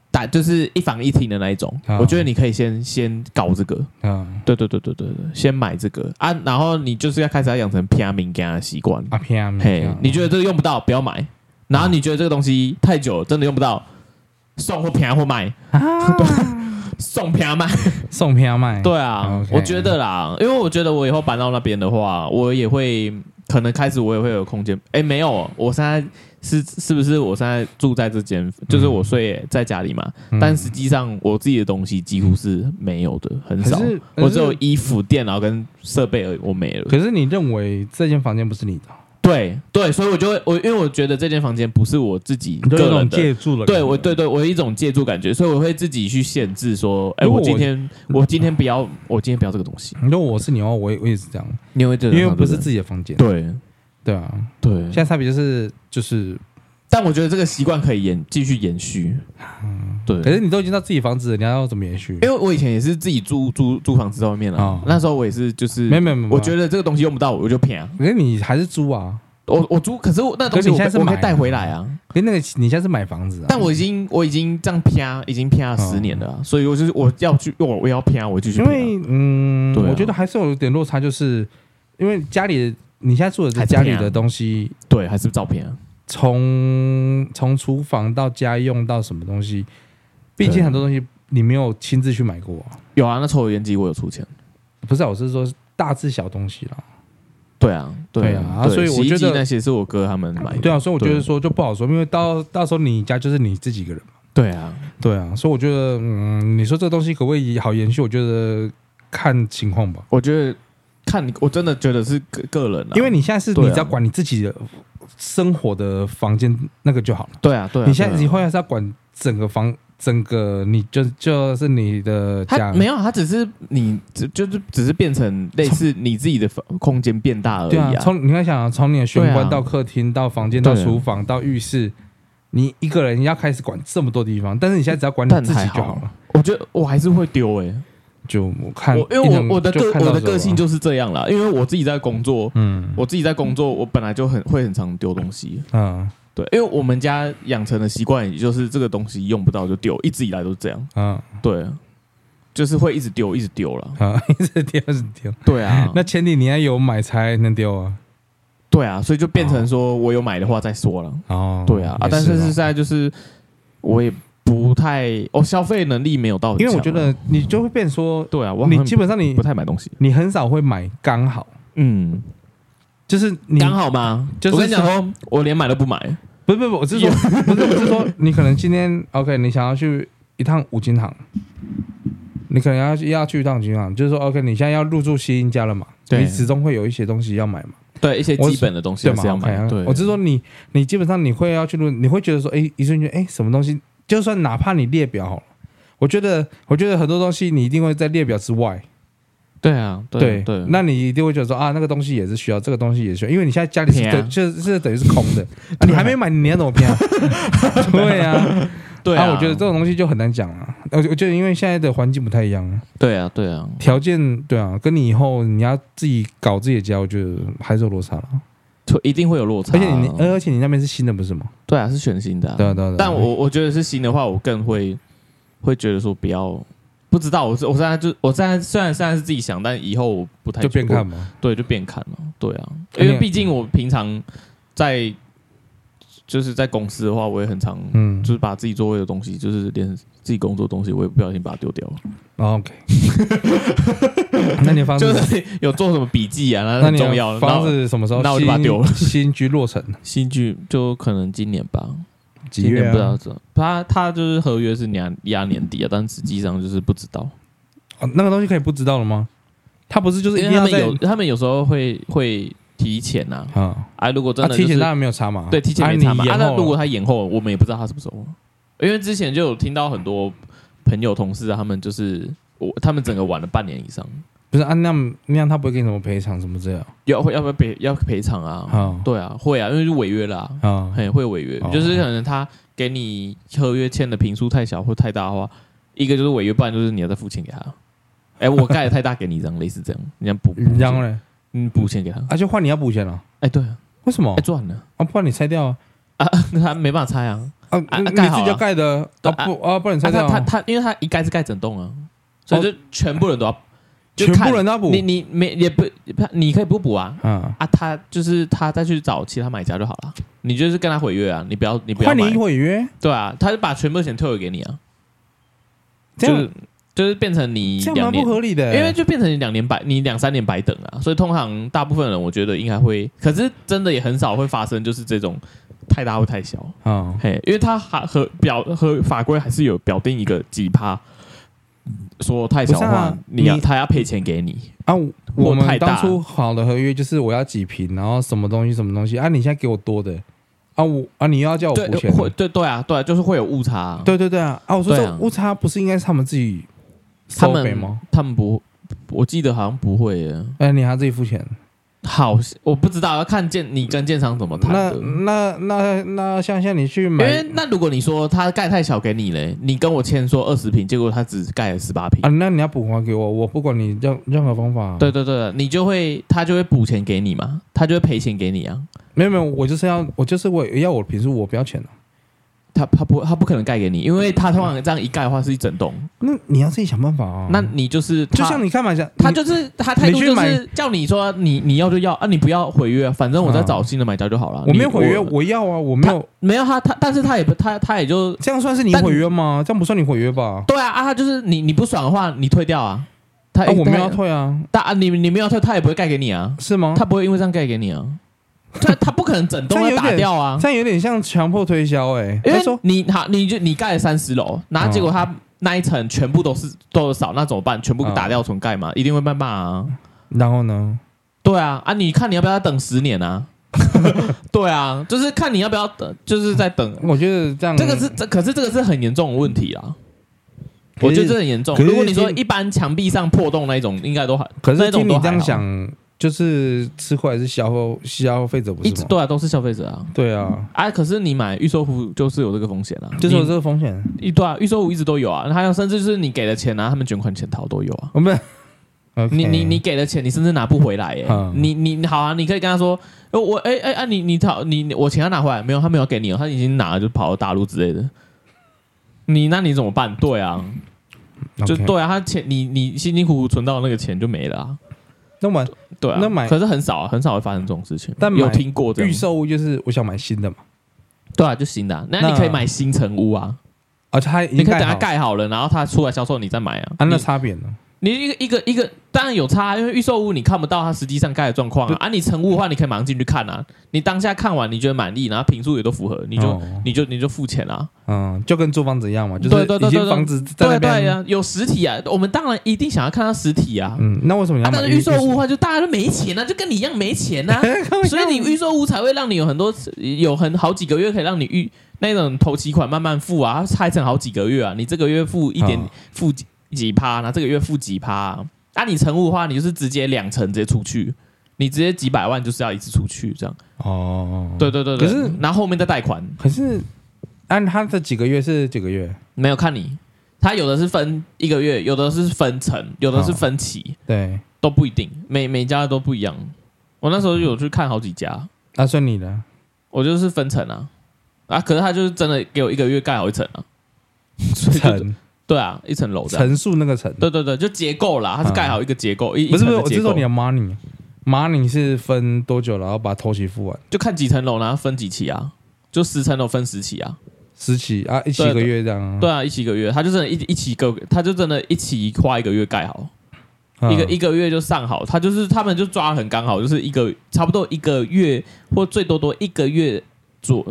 S1: 打就是一房一厅的那一种，
S2: 啊
S1: 我觉得你可以先先搞这个，
S2: 啊，
S1: 对对对对对对，先买这个啊，然后你就是要开始要养成偏敏感的习惯，
S2: 阿偏啊，
S1: 嘿，你觉
S2: 得
S1: 得这个用不到，不要买。然后你觉得这个东西太久，真的用不到，送或便宜或卖，
S2: 啊
S1: 送便 宜卖。
S2: 送偏啊卖？
S1: 对啊
S2: OK
S1: 我觉得啦，因为我觉得我以后搬到那边的话，我也会可能开始我也会有空间。哎，没有，我现在是是不是我现在住在这间，就是我睡在家里嘛，
S2: 嗯，
S1: 但实际上我自己的东西几乎是没有的，很
S2: 可
S1: 少。
S2: 是
S1: 我只
S2: 可
S1: 有
S2: 是
S1: 衣服、电脑跟设备而已，我没了。
S2: 可是你认为这间房间不是你的，
S1: 对对，所以我就会我因为我觉得这间房间不是我自己
S2: 你都
S1: 个
S2: 有种
S1: 人的，
S2: 借住了。
S1: 对我对对，我有一种借助感觉，所以我会自己去限制说，哎，
S2: 如果
S1: 我今
S2: 我
S1: 天我今天不要，我今天不要这个东西，
S2: 如果我是你的话，我也我也是这样，
S1: 你也会这
S2: 因
S1: 样
S2: 为不是
S1: 对
S2: 自己的房间。
S1: 对对
S2: 对啊，
S1: 对
S2: 现在差别就是就是，
S1: 但我觉得这个习惯可以延继续延续，对。
S2: 可是你都已经到自己房子了，你要怎么延续
S1: 因？为我以前也是自己租租租房子在外面啊
S2: 哦，
S1: 那时候我也是就是
S2: 没有没有没有
S1: 我觉得这个东西用不到我就骗啊，
S2: 可是你还是租啊，
S1: 我我租，可是我那东西
S2: 可是
S1: 我
S2: 你现在是
S1: 我可以
S2: 买啊
S1: 带回来啊，
S2: 可是那个你现在是买房子啊，
S1: 但我已经我已经这样啪，已经啪十年了啊、所以我就是我要去，我我要啪，我继续
S2: 因
S1: 啪。
S2: 为嗯，
S1: 对啊
S2: 我觉得还是有点落差，就是因为家里的你现在住的
S1: 还
S2: 是
S1: 是这
S2: 家
S1: 样
S2: 里的东西，
S1: 对，还是照片啊，
S2: 从从厨房到家用到什么东西，毕
S1: 对
S2: 竟很多东西你没有亲自去买过啊、
S1: 有啊，那抽油烟机我有出钱。
S2: 不是、啊，我是说大致小东西啦。
S1: 对啊，
S2: 对
S1: 啊
S2: 啊，
S1: 对
S2: 所以我
S1: 洗衣
S2: 觉
S1: 机
S2: 得
S1: 那些是我哥他们买的。
S2: 对啊，所以我觉
S1: 对
S2: 得说就不好说，因为到到时候你家就是你自己一个人嘛。
S1: 对啊，
S2: 对啊，所以我觉得，嗯，你说这个东西可不可以好延续？我觉得看情况吧，
S1: 我觉得看你，我真的觉得是个个人啊，
S2: 因为你现在是
S1: 对啊
S2: 你只要管你自己的生活的房间那个就好了。
S1: 对啊，对啊，
S2: 你现在
S1: 对啊
S2: 以后还是要管整个房，整个你就就是你的
S1: 他
S2: 家
S1: 没有，他只是你只就是只是变成类似你自己的房空间变大而已
S2: 对啊，从你看想啊从你的玄
S1: 对啊
S2: 关到客厅到房间到
S1: 对啊
S2: 厨房到浴室，你一个人要开始管这么多地方，但是你现在只要管你
S1: 但
S2: 自
S1: 还
S2: 己
S1: 好
S2: 就好了。
S1: 我觉得我还是会丢哎、
S2: 就我看，
S1: 我因为我我的个
S2: 就看
S1: 我
S2: 到
S1: 的
S2: 这个
S1: 个性就是这样啦，因为我自己在工作，
S2: 嗯
S1: 我自己在工作，我本来就很会很常丢东西，
S2: 嗯
S1: 对，因为我们家养成的习惯，也就是这个东西用不到就丢，一直以来都是这样，
S2: 嗯
S1: 对，啊就是会一直丢，一直丢 了，
S2: 嗯，一直丢一直丢。
S1: 对啊，
S2: 那前提你要有买才能丢啊。
S1: 对啊，所以就变成说我有买的话再说了，
S2: 哦，
S1: 对啊，啊，
S2: 也
S1: 但是
S2: 啦
S1: 是现在就是我也不太，哦，消费能力没有到很强
S2: 因
S1: 啊，
S2: 为我觉得你就会变说，
S1: 对啊，我好像
S2: 你基本上你
S1: 不太买东西，
S2: 你很少会买刚好，
S1: 嗯，
S2: 就是你
S1: 刚好吗？
S2: 就是
S1: 我跟你讲说，我连买都不买，
S2: 不是不是，我是说，不是我是说，你可能 今天 OK，你想要去一趟五金行，你可能要去要去一趟五金行，就是说 OK，你现在要入住西英家了嘛，
S1: 对
S2: 你始终会有一些东西要买嘛，
S1: 对一些
S2: 我
S1: 基本的东西
S2: 对
S1: 还
S2: 吗
S1: 是要买
S2: OK，啊，
S1: 对，
S2: 我是说你你基本上你会要去入，你会觉得说，哎，一瞬间，哎，什么东西，就算哪怕你列表好了。我觉得，我觉得很多东西你一定会在列表之外，
S1: 对啊，对
S2: 对
S1: 对，
S2: 那你一定会觉得说啊，那个东西也是需要，这个东西也需要，因为你现在家里是
S1: 偏啊
S2: 等，就是是等于是空的， 啊你还没买，你要怎么偏啊？ 对啊，
S1: 对啊，
S2: 我觉得这种东西就很难讲了。我我觉得因为现在的环境不太一样，
S1: 对啊，对啊，
S2: 条件对啊，跟你以后你要自己搞自己的家，我觉得还是有落差了。
S1: 就一定会有落差啊。
S2: 而且你，而且你那边是新的，不是吗？
S1: 对啊，是全新的啊、
S2: 对啊，对啊。对啊
S1: 但我我觉得是新的话，我更会会觉得说不要，不知道。我是我现在就我现在虽然现在是自己想，但以后我不太
S2: 就边看
S1: 我
S2: 嘛，
S1: 对，就变看了。对啊，
S2: 而且
S1: 因为毕竟我平常在就是在公司的话，我也很常。
S2: 嗯
S1: 就是把自己座位的东西，就是连自己工作的东西，我也不小心把它丢掉了。
S2: 哦，OK。那你的房
S1: 就
S2: 子，
S1: 是有做什么笔记啊，那
S2: 啊那
S1: 很
S2: 你
S1: 重要。
S2: 的
S1: 然
S2: 房
S1: 后
S2: 子什么时候
S1: 那我就把它丢了
S2: 新新居落 成
S1: 新剧就可能今年吧，
S2: 几月
S1: 今年
S2: 啊
S1: 不知道怎么，他他就是合约是压压年底啊，但实际上就是不知道，
S2: 哦那个东西可以不知道了吗？他不是就是一
S1: 因
S2: 定
S1: 为他
S2: 要
S1: 们
S2: 在
S1: 有他们有时候会会提前呐、啊，
S2: 啊？
S1: 哎、如果真
S2: 啊，
S1: 的、就是
S2: 提前当然没有差嘛，
S1: 对提前没
S2: 啊
S1: 差嘛，
S2: 你
S1: 啊
S2: 延
S1: 那、
S2: 后
S1: 如果
S2: 了
S1: 他延后，我们也不知道他什么时候，因为之前就有听到很多朋友同事啊，他们就是我他们整个玩了半年以上，
S2: 不是啊，那样那样他不会给你什么赔偿什么这样
S1: 要会要不要赔要赔偿啊？
S2: 啊
S1: 对啊，会啊，因为就违约了、啊，
S2: 啊
S1: 很会违约，
S2: 哦
S1: 就是可能他给你合约签的平数太小或太大的话，一个就是违约，不然就是你要再付钱给他。哎、我盖的太大给你一张，类似这样， 你要补，补
S2: 然后
S1: 钱
S2: 嘞，
S1: 嗯，补钱给他。哎、
S2: 啊就换你要补钱了，
S1: 对啊，
S2: 为什么
S1: 哎、？赚了
S2: 啊，不然你拆掉啊
S1: 啊，那他没办法拆啊，
S2: 啊，
S1: 啊
S2: 你
S1: 啊
S2: 你
S1: 盖好
S2: 自己要
S1: 了
S2: 盖的啊
S1: 对
S2: 不啊，不然
S1: 啊
S2: 你拆掉
S1: 他他
S2: 啊，哦
S1: 他，因为他一盖是盖整栋啊，所以就全部人都要，就
S2: 全
S1: 看
S2: 部人都要补
S1: 你你没也不，你可以不补啊
S2: 啊，
S1: 啊，他就是他再去找其他买家就好了，你就是跟他毁约啊，你不要你不要
S2: 换
S1: 买
S2: 你，违约，
S1: 对啊，他就把全部钱退回给你啊，
S2: 这
S1: 就
S2: 样
S1: 是就是变成你
S2: 这样
S1: 两
S2: 蛮
S1: 年
S2: 不，合理的欸，
S1: 因为就变成你两年白你两三年白等啊，所以通常大部分人我觉得应该会，可是真的也很少会发生就是这种太大或太小，
S2: 啊
S1: 嘿，因为他还和表和法规还是有表定一个几趴，说太小的
S2: 不是
S1: 话，
S2: 啊
S1: 你要
S2: 你
S1: 他要赔钱给你，
S2: 啊，我
S1: 或太
S2: 们
S1: 大
S2: 当初好的合约就是我要几瓶，然后什么东西什么东西啊，你现在给我多的啊，我啊你又要叫我
S1: 对
S2: 付，钱，
S1: 会对对啊，对啊，就是会有误差、啊，
S2: 对对对啊，啊我说
S1: 对
S2: 这
S1: 啊
S2: 种误差不是应该是他们自己
S1: 他
S2: 收费
S1: 们
S2: 吗？
S1: 他们不，我记得好像不会耶，
S2: 哎，你还要自己付钱，
S1: 好，我不知道要看建你跟建商怎么谈
S2: 那
S1: 的。
S2: 那那那像像你去
S1: 因
S2: 买
S1: 为那如果你说他盖太小给你嘞，你跟我签说二十平，结果他只盖了十八平
S2: 啊，，那你要补还给我，我不管你任任何方法、
S1: 对，对对，你就会他就会补钱给你嘛，他就会赔钱给你啊，
S2: 没有没有，我就是要我就是我要我平时我不要钱了、啊
S1: 他他不他不可能盖给你，因为他通常这样一盖的话是一整栋，
S2: 那你要自己想办法啊。
S1: 那你就是
S2: 就
S1: 他
S2: 像你看嘛，像
S1: 他
S2: 你
S1: 就是他态度
S2: 你去
S1: 就
S2: 买
S1: 是叫你说你你要就要啊，你不要毁约，反正我再
S2: 嗯
S1: 找新的买家就好了。
S2: 我没有
S1: 你
S2: 毁约，我要啊，我没
S1: 他
S2: 有
S1: 没有他他，但是他也不他他也就
S2: 这样算是你
S1: 但
S2: 毁约吗？这样不算你毁约吧？
S1: 对啊啊，他就是你你不爽的话，你退掉啊。他、
S2: 啊，我没有要
S1: 他，
S2: 退啊，
S1: 但啊你你没有退，他也不会盖给你啊，
S2: 是吗？
S1: 他不会因为这样盖给你 啊，他他不可能整栋
S2: 这样
S1: 都
S2: 有
S1: 打
S2: 点
S1: 掉啊，
S2: 这样有点像强迫推销哎、
S1: 因
S2: 他
S1: 为
S2: 说嗯
S1: 你好你就你盖了三十楼，然后结果他那一层全部都是都有少，那怎么办？全部打掉重盖嘛，
S2: 嗯
S1: 一定会被骂啊。
S2: 然后呢？
S1: 对啊，啊，你看你要不要等十年啊？ 对啊，就是看你要不要等，就是在等。
S2: 我觉得这样
S1: 这个是这可是这个是很严重的问题啊，
S2: 可
S1: 我
S2: 是
S1: 觉得这很严重。
S2: 可是
S1: 如果你说
S2: 听
S1: 一般墙壁上破洞那一种，应该都还
S2: 可
S1: 那
S2: 是
S1: 种都
S2: 听你
S1: 还
S2: 这样
S1: 好
S2: 想，就是吃亏还是消费消费者不
S1: 一
S2: 是
S1: 直
S2: 吗？
S1: 对啊，都是消费者啊。
S2: 对啊，
S1: 啊，可是你买预售户就是有这个风险啊，
S2: 就是有
S1: 你
S2: 这个风险。
S1: 一对啊，预售户一直都有啊，还有甚至就是你给的钱啊，他们卷款潜逃都有啊。
S2: 我们 o
S1: 你你你给的钱，你甚至拿不回来耶、
S2: 嗯
S1: 你你你好啊，你可以跟他说，呃我哎哎啊，你你讨你你我钱要拿回来，没有，他没有给你哦，他已经拿了就跑到大陆之类的。你那你怎么办？对啊，就
S2: OK
S1: 对啊，他钱你你辛辛苦苦存到那个钱就没了啊。
S2: 那么
S1: 对啊，
S2: 那买
S1: 可是很少啊、很少会发生这种事情。
S2: 但买
S1: 有听过这
S2: 预
S1: 种？
S2: 售屋就是我想买新的嘛，
S1: 对啊，就新的啊、那你
S2: 那
S1: 可以买新城屋啊，
S2: 而且它已
S1: 你
S2: 经
S1: 可以
S2: 盖
S1: 等它
S2: 好
S1: 盖好了，然后它出来销售，你再买啊。
S2: 啊，那
S1: 你
S2: 差别呢？
S1: 你一个一个一个，当然有差啊，因为预售屋你看不到它实际上盖的状况啊。啊，你成屋的话，你可以马上进去看啊。你当下看完，你觉得满意，然后评数也都符合，你就、
S2: 哦
S1: 你就你就付钱啦。
S2: 嗯，就跟租房子一样嘛，就是
S1: 对对对对
S2: 已经
S1: 对
S2: 房子在
S1: 对
S2: 那
S1: 对
S2: 边，
S1: 啊，有实体啊，我们当然一定想要看到实体啊。
S2: 嗯，那为什么你
S1: 啊
S2: 要，
S1: 但
S2: 买
S1: 是预售屋的？话，就大家都没钱啊，就跟你一样没钱啊。所以你预售屋才会让你有很多有很好几个月可以让你预那种头期款慢慢付啊，它拆成好几个月啊。你这个月付一点、
S2: 哦
S1: 付几几趴，然后这个月付几趴啊。啊你成屋的话，你就是直接两成直接出去，你直接几百万就是要一次出去这样。
S2: 哦，
S1: 嗯对对对对，
S2: 可是
S1: 然后后面再贷款，
S2: 可是按他这几个月是几个月？
S1: 没有看你，它有的是分一个月，有的是分成，有的是分期，
S2: 对，
S1: 都不一定，每每家都不一样。我那时候有去看好几家，
S2: 那算你啊的，
S1: 我就是分层啊，啊，可是他就是真的给我一个月盖好一层啊，所以就
S2: 层
S1: 对啊，一层楼这样，
S2: 层数那个层，
S1: 对对对，就结构啦，它是盖好一个结构，一
S2: 不是不是，
S1: 一层
S2: 我
S1: 的
S2: 是
S1: 结
S2: 说
S1: 构
S2: 你的 money。money 是分多久，然后把头期付完，
S1: 就看几层楼，然后分几期啊，就十层楼分十期啊，
S2: 十期啊，
S1: 对
S2: 一七个月这样啊。
S1: 对啊，一期一个月，他就真的一一期一个，他就真的一期花一个月盖好，
S2: 嗯，
S1: 一个一个月就上好，他就是他们就抓得很刚好，就是一个差不多一个月或最多多一个月左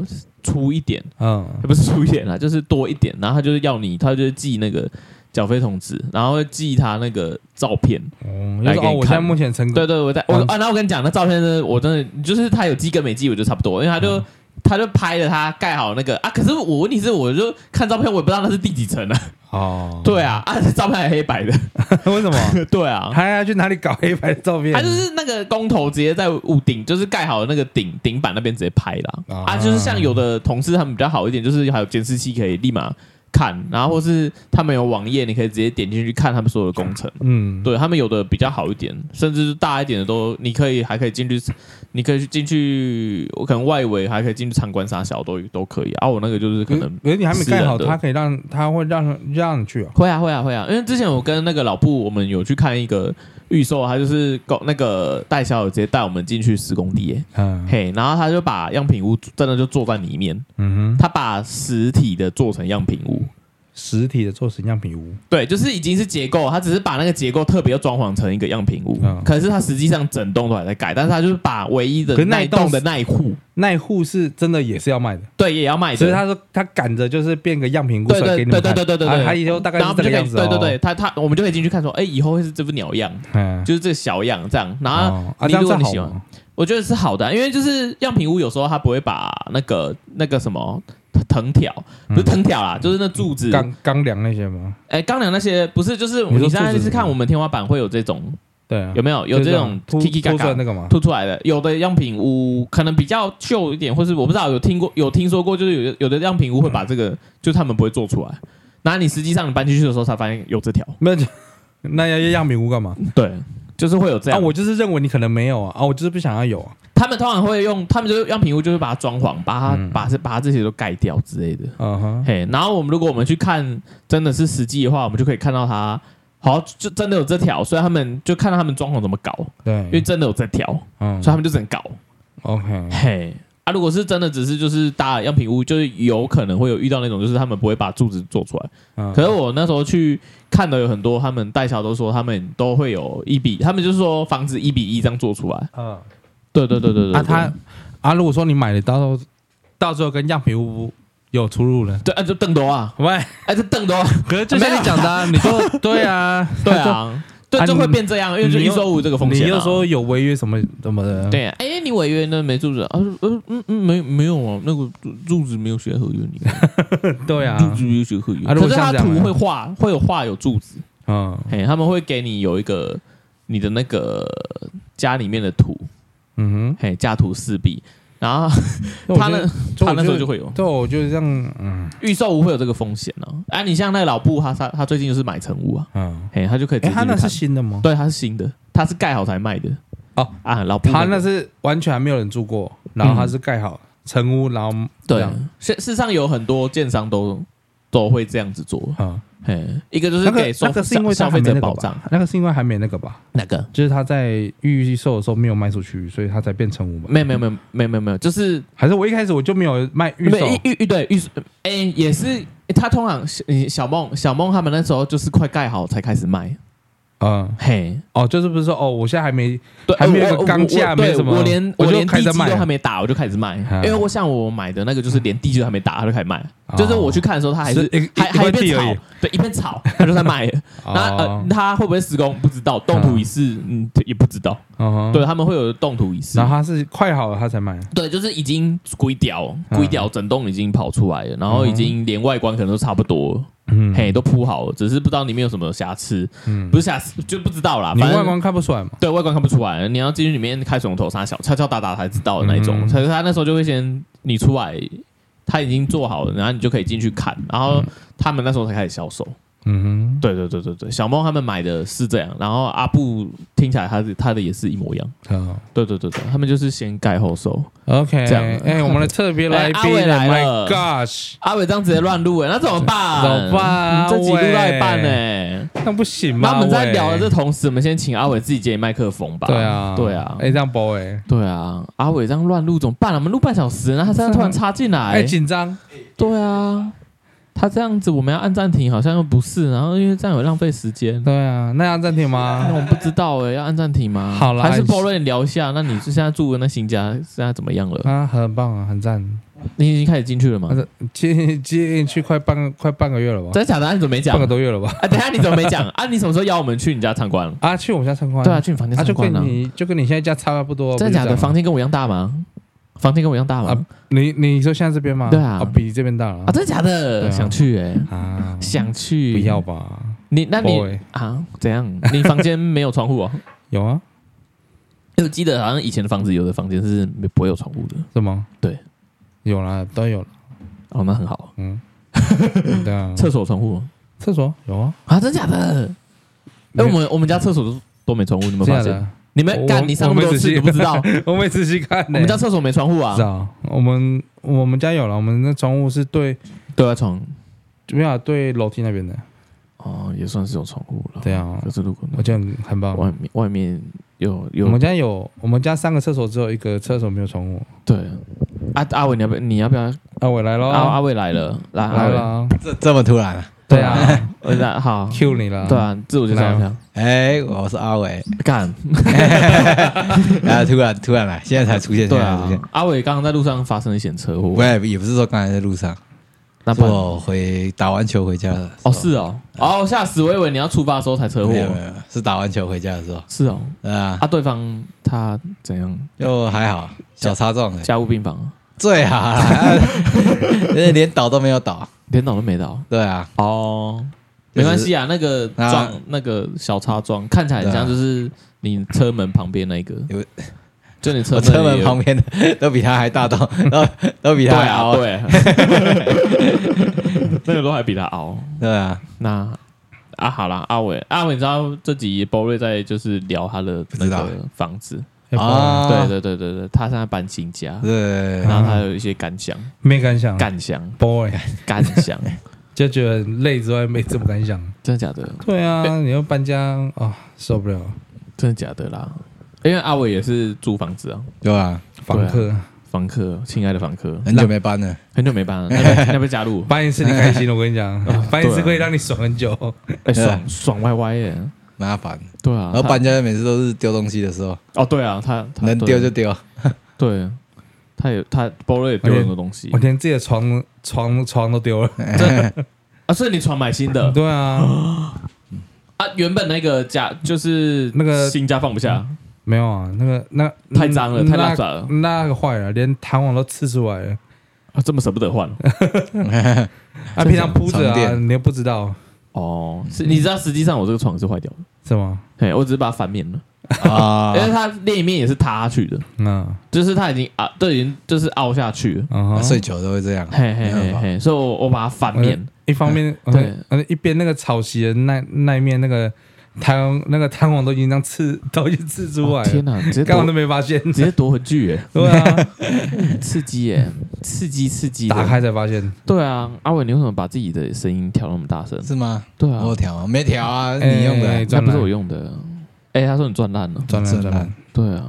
S1: 出一点，
S2: 嗯
S1: 也不是出一点啦， 就是多一点，然后他就是要你，他就是寄那个缴费通知，然后会寄他那个照片。
S2: 哦，就
S1: 来
S2: 是
S1: 给
S2: 哦，
S1: 你
S2: 我
S1: 看
S2: 现在目前成功
S1: 对对，我在我
S2: 嗯
S1: 啊，那我跟你讲，那照片真的，我真的就是他有寄跟没寄，我就差不多，因为他就、他他就拍了他盖好那个啊。可是我问题是，我就看照片，我也不知道那是第几层啊。
S2: 哦，
S1: 对啊，啊，照片还黑白的。
S2: 为什么？
S1: 对啊，
S2: 他要去哪里搞黑白的照片？
S1: 他就是那个工头直接在屋顶，就是盖好那个顶顶板那边直接拍啦。
S2: 啊
S1: 啊，就是像有的同事他们比较好一点，就是还有监视器可以立马看，然后或是他们有网页，你可以直接点进去看他们所有的工程。
S2: 嗯，
S1: 对他们有的比较好一点，甚至是大一点的都，你可以还可以进去，你可以去进去，我可能外围还可以进去参观啥小都都可以啊。我那个就是可
S2: 可
S1: 能
S2: 可是你还没盖好，
S1: 私人的
S2: 他可以让他会让让你去哦。
S1: 会啊会啊会啊，因为之前我跟那个老布我们有去看一个预售，啊他就是搞那个代销有直接带我们进去施工地耶，
S2: 嗯
S1: 嘿，然后他就把样品屋真的就坐在里面，
S2: 嗯哼，
S1: 他把实体的做成样品屋。
S2: 实体的做成样品屋，
S1: 对，就是已经是结构，他只是把那个结构特别又装潢成一个样品屋，
S2: 嗯
S1: 可是他实际上整栋都还在盖，但是他就是把唯一的
S2: 可是那
S1: 那
S2: 一
S1: 一
S2: 栋
S1: 栋的那一户，
S2: 那一户是真的也是要卖的，
S1: 对，也要卖的，
S2: 所以他说他赶着就是变个样品屋
S1: 对
S2: 甩
S1: 对对
S2: 给你
S1: 对
S2: 们看，
S1: 对对对对，
S2: 啊他以后大概
S1: 然后
S2: 是
S1: 我
S2: 这
S1: 们
S2: 个
S1: 就可以，
S2: 样子哦，
S1: 对对对，他他我们就可以进去看说，哎，以后会是这副鸟样，
S2: 嗯，
S1: 就是这个小样这样，然后
S2: 哦啊
S1: 你
S2: 这样
S1: 如
S2: 子
S1: 果你
S2: 好
S1: 喜欢
S2: 吗，
S1: 我觉得是好的啊、因为就是样品屋有时候他不会把那个那个什么藤条，不是藤条啦，就是那柱子，
S2: 嗯钢钢梁那些吗？
S1: 哎，钢梁那些不是，就是
S2: 你说
S1: 你现在
S2: 柱子
S1: 是看
S2: 吗
S1: 我们天花板会有这种
S2: 对啊，
S1: 有没有有
S2: 就是
S1: 这种
S2: 凸
S1: kiki 嘎
S2: 凸出来
S1: 嘎
S2: 那个嘛，
S1: 凸出来的？有的样品屋可能比较旧一点，或是我不知道有听过有听说过，就是有的有的样品屋会把这个，就他们不会做出来。那你实际上你搬进去的时候才发现有这条，
S2: 没有， 那要样品屋干嘛？
S1: 对，就是会有这
S2: 啊，
S1: 样。
S2: 我就是认为你可能没有啊，啊，我就是不想要有啊，
S1: 他们通常会用，他们就是样品屋，就是把它装潢，把它、
S2: 嗯
S1: 把这把它这些都盖掉之类的。
S2: 嗯哼，
S1: 嘿，然后我们如果我们去看真的是实际的话，我们就可以看到它好就真的有这条，所以他们就看到他们装潢怎么搞，因为
S2: 对，
S1: 真的有这条，
S2: 嗯
S1: 所以他们就只能搞。
S2: ，OK，
S1: 嘿，啊，如果是真的只是就是搭样品屋，就是有可能会有遇到那种，就是他们不会把柱子做出来。
S2: 嗯
S1: 可是我那时候去看的有很多，他们代销都说他们都会有一比，他们就是说房子一比一这样做出来。
S2: 嗯，
S1: 对对对对对
S2: 啊，
S1: 对
S2: 他啊，如果说你买的到时候到时候跟样品屋有出入呢？
S1: 对啊，就邓多啊，
S2: 喂，
S1: 哎，这邓多啊，
S2: 可是就像
S1: 没
S2: 你
S1: 有
S2: 讲的、啊，你说 对啊，
S1: 对啊，对，
S2: 啊
S1: 就
S2: 你
S1: 会变这样，因为就
S2: 你
S1: 一
S2: 又
S1: 收五这个风
S2: 你
S1: 险、啊。
S2: 又说有违约什么什么的，，
S1: 对啊，哎，你违约那没柱子啊？呃嗯嗯，没没有啊，那个柱柱子没有写合约里面，
S2: 对啊，
S1: 柱子没有写合约。
S2: 啊如
S1: 可
S2: 果
S1: 是
S2: 像
S1: 他
S2: 这样
S1: 图
S2: 呢
S1: 会画，会有画有柱子。
S2: 嗯
S1: 嘿，他们会给你有一个你的那个家里面的图，
S2: 嗯
S1: 嘿，家徒四壁。然后
S2: 哼，
S1: 他那他那时候就会
S2: 会，
S1: 有
S2: 对，我就这样，嗯
S1: 预售屋会有这个风险呢、啊。哎、你像那个老布，他他他最近就是买成屋啊，
S2: 嗯，
S1: 嘿，他就可以直
S2: 哎、
S1: 接进
S2: 他
S1: 去
S2: 那
S1: 看。
S2: 是新的吗？
S1: 对，他是新的，他是盖好才卖的。
S2: 哦
S1: 啊，老布
S2: 他
S1: 那
S2: 那
S1: 个
S2: 是完全还没有人住过，然后他是盖好成屋，然后这
S1: 对
S2: 样，
S1: 事事实上有很多建商都都会这样子做。
S2: 嗯，
S1: 嘿，一个就是
S2: 那
S1: 给
S2: 个
S1: 消
S2: 那个是因为
S1: 消
S2: 他
S1: 费
S2: 还没
S1: 者
S2: 那
S1: 保
S2: 个
S1: 障，
S2: 吧，那个是因为还没那个吧，
S1: 哪个？
S2: 就是他在预售的时候没有卖出去，所以他才变成屋嘛。
S1: 没有没有没有没有没有没有，就是
S2: 还是我一开始我就没有卖预
S1: 没
S2: 售，
S1: 预预对预售，哎、也是、诶他通常嗯小梦小梦他们那时候就是快盖好才开始卖，
S2: 嗯，
S1: 嘿，
S2: 哦，就是不是说哦，我现在还没
S1: 对，
S2: 还没有
S1: 呃
S2: 一个
S1: 我
S2: 钢架
S1: 我
S2: 没
S1: 对
S2: 什么
S1: 我连
S2: 我
S1: 我
S2: 就
S1: 连
S2: 开
S1: 地
S2: 始
S1: 基都
S2: 卖
S1: 还没打，我就开始卖，
S2: 啊
S1: 因为我像我买的那个就是连地基都还没打，他就开始卖，就是我去看的时候，他还
S2: 是
S1: 是
S2: 一
S1: 还
S2: 一
S1: 哦还一
S2: 块地
S1: 边
S2: 而
S1: 炒
S2: 已，
S1: 对，一边炒， 他就在卖了。那呃
S2: 哦，
S1: 他会不会施工不知道，动土仪式嗯也不知道，
S2: 嗯哼
S1: 对，他们会有动土仪式
S2: 然。后他是快好了他才卖，
S1: 对，就是已经龟屌，
S2: 嗯
S1: 龟屌整栋已经跑出来了，然后已经连外观可能都差不多了，
S2: 嗯
S1: 嘿，都铺好了，只是不知道里面有什么瑕疵，
S2: 嗯
S1: 不，是瑕疵就不知道啦。
S2: 你
S1: 啊反
S2: 外
S1: 正
S2: 观看不出来嘛？
S1: 对外观看不出来，你要进去里面开水龙头啥小敲敲打打才知道的那一种。
S2: 嗯
S1: 所以他那时候就会先你出来，他已经做好了，然后你就可以进去看，然后他们那时候才开始销售。
S2: 嗯
S1: 对对对对对，小猫他们买的是这样，然后阿布听起来他的他的也是一模一样。
S2: 哼，好
S1: 对对对对，他们就是先盖后售。
S2: ，OK，
S1: 这样
S2: 哎，我们的特别来
S1: 哎阿
S2: 宾
S1: 伟来
S2: ，My
S1: 了
S2: gosh，
S1: 阿伟这样直接乱录哎，那怎么办？
S2: 怎么办
S1: 嗯这集录到一
S2: 阿
S1: 半
S2: 伟
S1: 呢、
S2: 那不行吗？
S1: 那我们在
S2: 喂
S1: 聊的这，同时，我们先请阿伟自己接麦克风吧。
S2: 对啊，
S1: 对啊，
S2: 哎，这样播哎，
S1: 对啊，阿伟这样乱录怎么办、我们录半小时，然后他现在突然插进来，
S2: 哎，紧张，
S1: 对啊，他这样子我们要按暂停，好像又不是，然后因为这样有浪费时间。
S2: 对啊，那要暂停
S1: 那
S2: 吗？
S1: 我不知道哎、要按暂停吗？
S2: 好啦
S1: 还是
S2: 你
S1: b o r 聊一下？那你是现在住的那新家现在怎么样了？
S2: 啊，很棒啊，很赞，
S1: 你已经开始进去了吗
S2: 啊？接接进去快半个快半个月了吧？
S1: 真的假的？啊你怎么没讲
S2: 半个？多月了吧？
S1: 啊，等一下你怎么没讲？啊，你什么时候邀我们去你家参观？
S2: 啊，去我们家参观，
S1: 对啊，，去你房间
S2: 啊，
S1: 参
S2: 就
S1: 观
S2: 跟
S1: 啊。
S2: 你就跟你现在家差不多，
S1: 真的假的？
S2: 不是这样吗
S1: 房间跟我一样大吗？房间跟我一样大吗？
S2: 啊你你说现在这边吗？
S1: 对啊
S2: 哦比这边大了
S1: 啊，真的假的？
S2: 对啊
S1: 想去哎、
S2: 啊，
S1: 想去。
S2: 不要吧？
S1: 你，那你
S2: Boy
S1: 啊，怎样？你房间没有窗户 哦？
S2: 有啊，
S1: 因为我记得好像以前的房子，有的房间是没不会有窗户的。
S2: 是吗？
S1: 对，
S2: 有啦，都有了。
S1: 哦，那很好。
S2: 嗯，对啊，
S1: 厕所有窗户吗
S2: 厕所有啊，
S1: 啊，真的假的？哎、我们我们家厕所都都没窗户，你们
S2: 这
S1: 发
S2: 样
S1: 现？
S2: 的。
S1: 你们
S2: 我
S1: 干你上那么
S2: 啊
S1: 多
S2: 我没仔
S1: 次，
S2: 细
S1: 你不知 道？
S2: 我没仔细看呢、
S1: 我们家厕所没窗户啊
S2: 知，道，我们我们家有了，我们那窗户是对，
S1: 对啊外窗
S2: 没有啊对楼梯那边的。
S1: 哦，也算是有窗户了。
S2: 对啊
S1: 可是如果
S2: 我觉得很棒。
S1: 外面外面有有
S2: 我们家有，我们家三个厕所只有一个厕所没有窗户。
S1: 对，阿阿伟，你要不要你要不要？
S2: 啊，我来喽，
S3: 哦
S1: 阿阿伟来了，来啊阿
S2: 来
S1: 伟，
S2: 了，
S3: 这这么突然啊？
S2: 对啊
S1: 呃那好，
S2: ，Q 你了，
S1: 对，啊，自我介绍一
S2: 来
S1: 下，
S3: 哎，我是 阿伟，
S1: 干，
S3: 然后突然突然来，现在才出现，现
S1: 对
S3: 在才出
S1: 啊
S3: 现。，
S1: 阿伟刚刚在路上发生了一险车祸
S3: 我，也也不是说刚才在路上，
S1: 那
S3: 是
S1: 不然
S3: 我回打完球回家的时候。
S1: 哦是哦，哦吓死我，以为你要出发的时候才车祸
S3: 没，有没有，是打完球回家的时候。
S1: 是哦，
S3: 对啊，
S1: 啊对方他怎样
S3: 就还好，小擦撞的，
S1: 家务病房，
S3: 最好啦， 而且连倒都没有倒。
S1: 连倒都没倒，
S3: 对啊，
S1: 哦，
S3: 就
S1: 没
S3: 是
S1: 关系啊，那个
S3: 啊
S1: 撞那个小擦撞，看起来很像
S3: 对啊
S1: 就是你车门旁边那一个
S3: 有，
S1: 就你车
S3: 我
S1: 那里
S3: 车门
S1: 有
S3: 旁边的都比他还大洞，都都比
S1: 对
S3: 他还
S1: 啊，
S3: 凹。
S1: 对，那个都还比他熬。
S3: 对啊，
S1: 那啊，好啦，阿伟，阿伟，你知道这集波瑞在就是聊他的那
S3: 知道
S1: 个房子，
S2: 啊，
S3: 啊，
S1: 哎对对对对对，他现在搬新家，
S3: 对
S1: 啊然后他有一些感想，
S2: 没敢想
S1: 感想，
S2: ，boy
S1: 感 想，
S2: 就觉得很累之外，没这么敢想。
S1: 真的假的？
S2: 对啊，你要搬家啊，受不了，
S1: 真的假的啦？因为阿伟也是租房子啊，
S3: 对啊，
S2: 房客
S1: 房客，亲爱的房客，
S3: 很久没搬了，
S1: 很久没啊 搬了，要不要要不要加入？
S2: 搬一次你开心，我跟你讲
S1: 啊，
S2: 搬一
S1: 对
S2: 次
S1: 啊
S2: 可以让你爽很久。
S1: 哎，
S3: 对
S1: 爽爽歪歪耶！
S3: 麻烦。
S1: 对啊，
S3: 然后
S1: 他
S3: 搬家每次都是丢东西的时候，
S1: 哦，对啊，他他
S3: 能
S1: 对
S3: 丢就丢。
S1: 对，他也他波瑞也丢了很多东西
S2: 我连自己的床床床都丢了。
S1: 啊，所以你床买新的
S2: 对啊，
S1: 啊，原本那个家就是
S2: 那个
S1: 新家放不下，
S2: 没有啊，那个那
S1: 太脏了
S2: 那
S1: 太邋遢了
S2: 那个坏了，连弹簧都刺出来了。
S1: 啊这么舍不得 换
S2: 啊，平常铺着
S3: 床
S2: 啊，
S3: 垫
S2: 你又不知道
S1: 哦，是你知道实际上我这个床是坏掉的，
S2: 是吗？
S1: 嘿，我只是把它翻面了，
S3: 啊
S1: 因为它另一面也是塌下去的，
S2: 嗯，
S1: 就是它已经啊，都已经就是凹下去了，
S2: 啊哈
S3: 睡久都会这样，
S1: 嘿嘿
S3: 没
S1: 嘿
S3: 办法
S1: 嘿，所以我我把它翻面，
S2: 一方面，
S1: 对
S2: 对，呃一边那个草席的那那一面那个弹那个弹簧都已经这样刺，都已经刺出
S1: 哦
S2: 来
S1: 天
S2: 了，
S1: 哪，直接
S2: 刚刚都
S1: 夺
S2: 没发现。
S1: 直接夺回去耶，
S2: 对啊，
S1: 刺激耶，刺激刺激的，
S2: 打开才发现，
S1: 对啊，阿伟，你为什么把自己的声音调那么大声？
S3: 是吗？
S1: 对啊
S3: 我，有调啊，没调啊，
S2: 哎
S3: 你用的
S2: 哎
S1: 那
S2: 转
S1: 不是
S2: 来
S1: 我用的。哎，他说你赚烂了。
S2: 转了
S3: 真
S2: 转了，
S1: 对啊，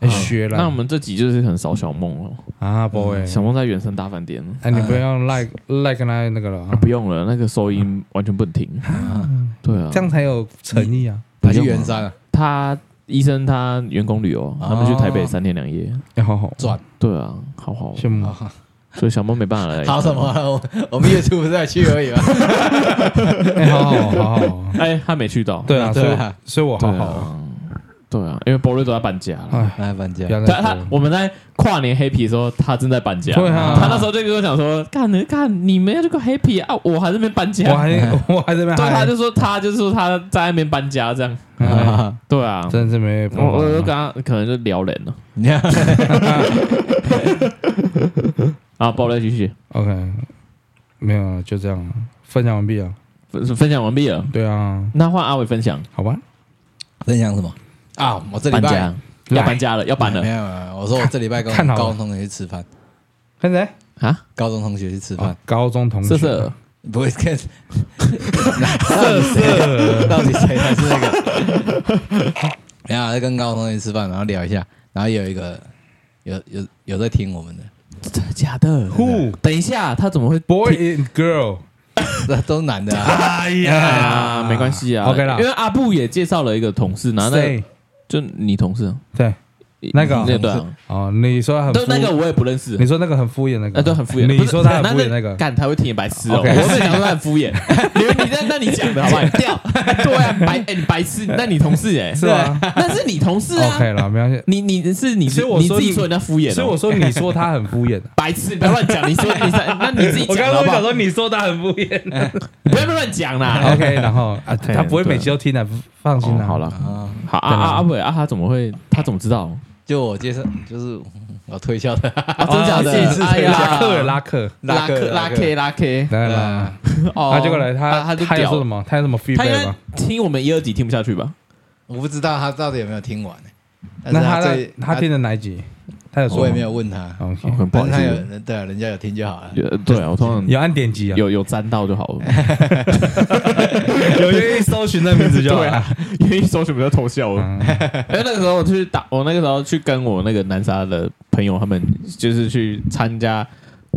S2: 哎
S1: 好
S2: 学了。
S1: 那我们嗯这集就是很少小梦了。
S2: 啊，不会，
S1: 小梦在原生大饭店了。
S2: 哎，你不要赖赖跟他那个了
S1: 啊，
S2: 啊，
S1: 不用了，那个收音完全不能 停。
S2: 嗯
S1: 对啊，
S2: 这样才有诚意啊。
S3: 跑去圆山了，
S1: 他医生他员工旅游，
S2: 啊
S1: 他们去台北三天两夜。
S2: 哎，好好
S3: 转
S1: 对啊，好好，
S2: 羡慕，
S3: 好
S1: 所以小梦没办法来。
S3: 好什么啊？我我们月初不是才去而已吗？
S2: 哎，好好好好，
S1: 哎，他没去到。
S2: 对啊，所
S3: 对
S2: 以
S3: 啊
S2: 所以我好
S1: 对
S2: 好，
S1: 啊，对啊，因为波瑞都在搬家了。
S2: 哎，
S3: 来搬家
S2: 不，要
S1: 啊他
S2: 再说
S1: 他
S2: 了。
S1: 我们在跨年 happy 的时候，他正在搬家。
S2: 对啊
S1: 他那时候就跟我讲说：“干你干，你们要这个 happy 啊，我还在那边搬
S2: 我
S1: 家。
S2: 还 我还
S1: 对，
S2: 在 那”边
S1: 他
S2: 嗨
S1: 就说他就是说他在那边搬家这样。
S2: 哎，
S1: 对啊，
S2: 真的是没办
S1: 我
S2: 法，
S1: 我就跟他可能就聊人了
S3: 你看，
S1: 啊，暴雷继续
S2: OK，没有了，就这样了，分享完毕了。
S1: 分分享完毕了，
S2: 对啊，
S1: 那换阿伟分享
S2: 好吧，
S3: 分享什么啊？我这礼
S1: 搬
S3: 拜
S1: 家要搬家了，要搬
S3: 没
S1: 了
S3: 有没有，我说我这礼拜跟我
S2: 看好了
S3: 高中同学去吃饭，
S2: 看谁？
S1: 啊！
S3: 高中同学去吃
S2: 哦
S3: 饭，
S2: 高中同学，
S1: 瑟瑟
S3: 不 会看，到底谁啊到底谁才是那个？ 没有啊，跟高中同学吃饭，然后聊一下，然后有一个有有有在听我们的，
S1: 真的假的？
S2: Who
S1: 等一下，他怎么会
S2: boy and girl。
S3: 这都是男 的啊，
S2: 哎
S1: 啊？没关系啊
S2: OK 啦
S1: 因为阿布也介绍了一个同事，然后那
S2: 谁？
S1: 就你同事啊
S2: 对，那个啊
S1: 那段，
S2: 哦，你说他很
S1: 都
S2: 敷
S1: 那个，我也不认识
S2: 你，说那个很敷衍那个，
S1: 那都很敷衍。
S2: 你
S1: 不
S2: 你
S1: 是
S2: 说他很
S1: 那
S2: 敷衍那个，
S1: 干他会听你白痴哦。我
S2: OK
S1: 没有讲说他很敷衍，你你那那你讲的好不好？你掉，对啊，白哎你白痴，那你同事哎，
S2: 是吗
S1: 对那是你同事啊。
S2: ？OK 了，没关系。
S1: 你你是你
S2: 所以我
S1: 你
S2: 说
S1: 自己
S2: 你
S1: 说人家敷衍哦，
S2: 所以我说，你说他很敷衍啊。
S1: 白痴，你不要乱讲。你说你是那 你自己讲的好不好？
S2: 你说他很敷衍。
S1: 你不要乱讲啦。
S2: OK，然后啊，
S1: 哎
S2: 他不会每期都听的，放心
S1: 哦
S2: 啦。
S1: 好，了，
S3: 啊，
S1: 好啊
S2: 对啊
S1: 啊阿伟啊，他怎么会？他怎么知道？
S3: 就我介绍，就是我推销的
S1: 啊，真假的？
S2: 是是
S1: 哎呀
S2: 拉客拉客，
S1: 拉克拉
S3: 拉
S1: K
S3: 克
S1: 拉 K，
S2: 当然啦。
S3: 啊，
S1: 哦
S2: 他结果来，
S1: 他
S2: 他
S1: 就
S2: 他有
S1: 屌
S2: 说什么？他有什么
S1: 他应
S2: feedback
S1: 该
S2: 吗？
S1: 听我们一二集听不下去吧？
S3: 我不知道他到底有没有听完呢，但
S2: 那
S3: 是
S2: 他在
S3: 最
S2: 他听的哪哦一集？他有说吗
S3: 我也没有问他，
S2: OK，
S1: 很不
S3: 但
S1: 好
S3: 是
S1: 意
S3: 他有
S1: 思。
S3: 对啊，人家有听就好了。
S1: 有对啊，我通常
S2: 有按点击啊，
S1: 有有沾到就好了，
S2: 有愿意搜寻那名字就好
S1: 对啊
S2: 了。
S1: 因为搜什么叫偷笑了。
S2: 嗯
S1: 哎，那个时候我去打，我那个时候去跟我那个南沙的朋友，他们就是去参加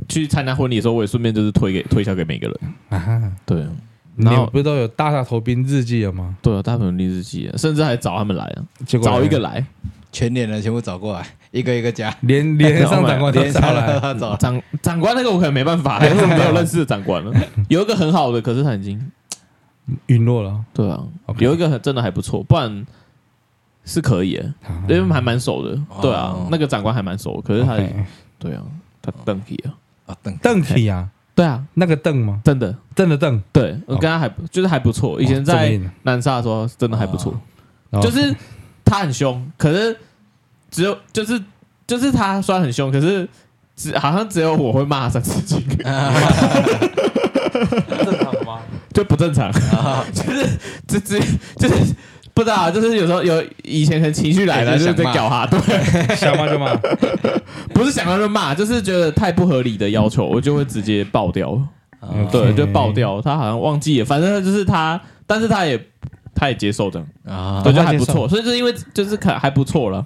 S1: 去参加婚礼的时候，我也顺便就是推给推销给每个人。
S2: 啊，
S1: 对
S2: 你
S1: 然后
S2: 不是都有大大头兵日记了吗？
S1: 对啊，大部分励志记，甚至还找他们来啊，
S2: 结果
S1: 找一个来，
S3: 全脸的全部找过来，一个一个加，
S2: 连连上长官都
S3: 连
S2: 找
S3: 上了
S2: 来，
S3: 他 找，
S1: 呃长长官那个我可能没办法， 因为我没有认识的长官了。有一个很好的，可是他已经
S2: 陨落了。
S1: 对啊
S2: OK
S1: 有一个很真的还不错，不然是可以耶，
S2: 啊
S1: 因为还蛮熟的。
S3: 哦
S1: 对啊，那个长官还蛮熟，可是他
S2: OK
S1: 对啊，他邓皮啊，
S3: 啊等
S2: 邓体啊，
S1: 对啊，
S2: 那个邓吗？
S1: 真的，
S2: 真的邓，
S1: 对我跟他还不就是还不错。以前
S2: 哦这么
S1: 在
S2: 硬
S1: 南沙的时候真的还不错，
S2: 哦
S1: 就是他很凶，可是只有就是就是他虽然很凶，可是只好像只有我会骂三字经，
S2: 正常吗？
S1: 就不正常，
S3: 啊
S1: 就是只只就是不知道啊，就是有时候有以前可能情绪来了，就
S3: 就
S1: 是是在
S3: 想骂
S1: 搞他，对，
S2: 想骂就骂，
S1: 不是想到就骂，就是觉得太不合理的要求，我就会直接爆掉。
S3: 嗯
S1: 对，
S2: OK
S1: 就爆掉。他好像忘记了，反正就是他，但是他也他也接受这样，
S3: 啊
S1: 对，就
S2: 他
S1: 还不
S2: 接受
S1: 错。所以就是因为就是可还不错了。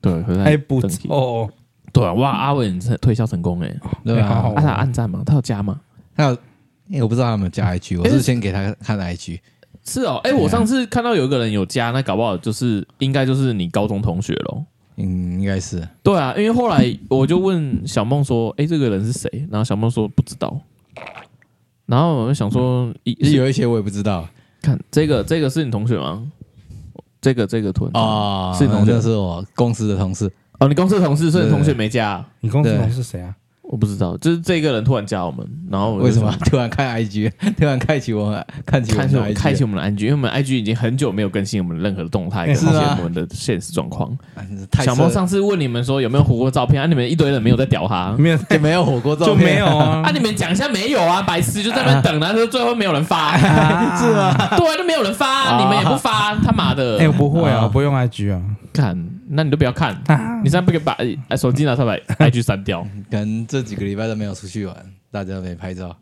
S1: 对，可是
S2: 还哎不错哦，
S1: 对啊，哇，阿伟成推销成功哎、
S3: 对
S2: 哎好好
S1: 啊，
S3: 吧？
S1: 他有暗赞吗？他有加吗？
S3: 还有，因为我不知道他有没有加 IG，我是先给他看 IG，
S1: 是哦，哎、我上次看到有一个人有加，那搞不好就是应该就是你高中同学喽。
S3: 嗯，应该是
S1: 对啊，因为后 来我就问小梦说：“哎、这个人是谁？”然后小梦说不知道。然后我就想说，一
S3: 有一些我也不知道
S1: 看这个这个是你同学吗？这个这个图哦
S3: 哦，
S1: 是同学
S3: 那是我公司的同事，
S1: 哦，你公司的同事，所以你同学没加啊、
S2: 你公司
S3: 对
S2: 同事谁啊？
S1: 我不知道，就是这个人突然加我们，然后我就
S3: 为什么突然看 IG，突 然开启我们看起我
S1: 开
S3: 们
S1: 启
S3: 的啊
S1: 我们开启
S3: IG？
S1: 我们的 IG？因为我们的 IG 已经很久没有更新我们任何的动态，跟
S3: 是
S1: 一
S3: 吗
S1: 些我们的现实状况。
S3: 啊你太
S1: 小猫
S3: 色
S1: 上次问你们说有没有火锅照片，啊，你们一堆人没有在屌他。
S2: 没有，
S3: 就没有火锅照
S2: 就
S3: 片，
S2: 没有啊
S1: 啊！。你们讲一下没有啊？白痴就在那边等啊，就最后没有人发，是啊，对啊，都没有人发啊，
S3: 啊
S1: 你们也不发，他妈的！
S2: 哎，我不会啊，
S3: 啊
S2: 我不用 IG 啊。
S1: 看，那你都不要看，你现在不给把哎手机拿出来把 IG 删掉。
S3: 可能这几个礼拜都没有出去玩，大家都没拍照，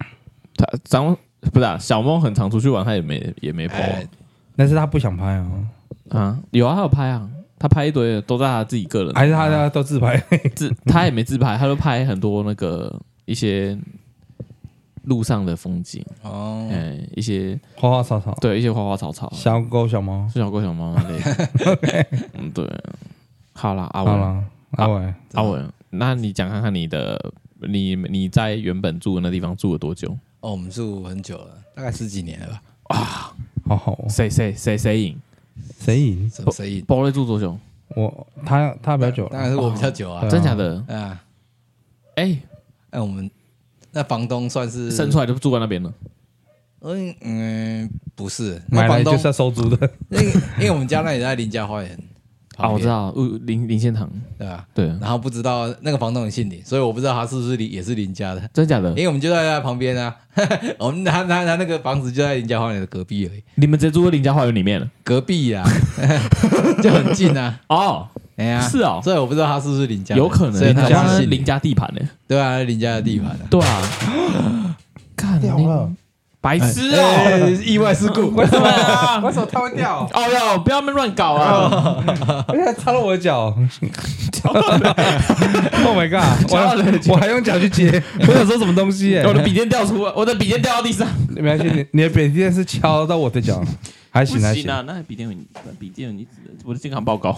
S1: 他张不是啊，小梦很常出去玩，他也没也没 po 啊
S3: 哎
S2: 但是他不想拍啊，
S1: 啊，有啊，他有拍啊，他拍一堆的都在他自己个人
S2: 还是他他都自拍？
S3: 嗯
S1: 自，他也没自拍，他都拍很多那个一些路上的风景，
S3: 哦
S1: 哎、，一些
S2: 花花草草，
S1: 对一些花花草草，
S2: 小狗小猫。
S1: 小狗小猫那类的， 嗯，对，好啦，阿
S2: 好
S1: 文，
S2: 了，阿伟，
S1: 阿文，那你讲看看你的，你你在原本住的那地方住了多久？
S3: 哦，我们住很久了，大概十几年了吧？
S2: 好好哦，
S1: 谁谁谁谁赢？
S2: 谁赢？
S3: 什么生意？
S1: 包瑞住多久？
S2: 我他他比较久
S3: 当然
S2: 了，
S3: 是我比较久啊
S2: 对，
S1: 真假的？
S3: 啊，
S1: 哎、
S3: 哎，我们那房东算是
S1: 生出来就住在那边了。
S3: 嗯嗯，不是，那
S2: 买
S3: 房
S2: 来
S3: 东
S2: 就是要收租的。
S3: 因为因为我们家那里在林家花园，
S1: 啊，我知，道，呃林林献堂，
S3: 对吧？
S1: 对，
S3: 然后不知道那个房东很姓林，所以我不知道他是不是林也是林家的，
S1: 真假的
S3: 因？为我们就在他旁边啊， 我们他他他那个房子就在林家花园的隔壁而已，
S1: 你们直接住在林家花园里面了？
S3: 隔壁啊， 就很近啊，
S1: 哦，
S3: 哎呀，
S1: 是哦
S3: 所以我不知道他是不是林家的，
S1: 有可能，
S3: 所以
S1: 林
S3: 他
S1: 家
S3: 是姓
S1: 林家地盘呢？
S3: 对啊，林家的地盘啊，
S1: 对啊， 看
S2: 掉了，
S1: 白痴
S3: 哎
S1: 哦，
S3: 意外事故，
S2: 为什
S1: 对
S2: 么？
S1: 啊，
S2: 为什么他会掉？
S1: 哦哟，不要那么乱搞啊，
S2: 而且还插到我的 脚。Oh my god！我
S1: 插到你的
S2: 还我还用脚去接， 我想说什么东
S1: 哎
S2: 西耶？
S1: 我的笔尖掉出来，我的笔尖掉到地上，
S2: 没关系，你你的扁电是敲到我的脚，还
S1: 不
S2: 行还
S1: 行
S2: 行。
S1: 啊，那笔电有你笔电有你我的健康报告。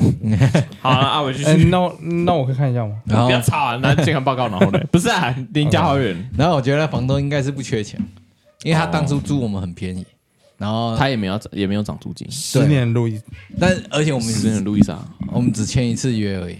S1: 好了，阿伟 去
S2: 哎，
S1: 去，
S2: 那我那我可以看一下吗？
S3: 然后
S1: 不要吵啊！那健康报告然后呢？不是啊，离家好远，
S3: 然后我觉得房东应该是不缺钱，因为他
S1: 哦
S3: 当初租我们很便宜，然后
S1: 他也没有也没有涨租金。
S2: 十年录一，
S3: 但而且我们
S1: 真的
S3: 只
S1: 路易莎
S3: 我们只签一次约而已，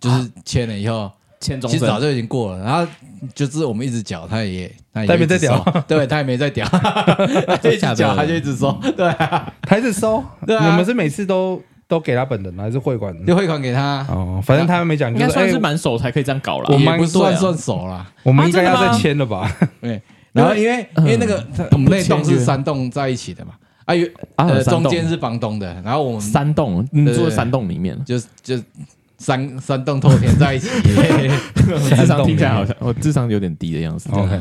S3: 就是
S1: 啊
S3: 签了以后，
S1: 欠终
S3: 其实早
S1: 身，
S3: 就已经过了，然后就是我们一直缴，他也他也
S2: 他也没
S3: 一
S2: 在
S3: 直
S2: 缴
S3: 收，对他也没在缴，他就一直缴，他就一直收，对啊，
S2: 还是收？
S3: 对啊
S2: 你们是每次都都给他本人还是汇款？
S3: 就汇款给他，
S2: 哦，反正他们没讲，
S1: 应
S2: 就
S1: 该算是
S2: 哎，
S1: 蛮熟才可以这样搞啦。
S2: 我
S3: 也
S2: 蛮
S3: 不算
S1: 对啊
S3: 算熟啦。
S2: 我们
S1: 啊
S2: 应该
S1: 真的
S2: 要再
S1: 吗
S2: 签了吧？
S3: 对，然后因为因为那个它我们那栋是三栋在一起的嘛，啊有
S1: 啊有
S3: 呃
S1: 三栋
S3: 中间是房东的，然后我们
S1: 山洞，你
S3: 对
S1: 住在
S3: 对
S1: 山洞里面，
S3: 就就三三栋透天在一起，
S1: 智商听起来好像我智商有点低的样子。
S2: OK，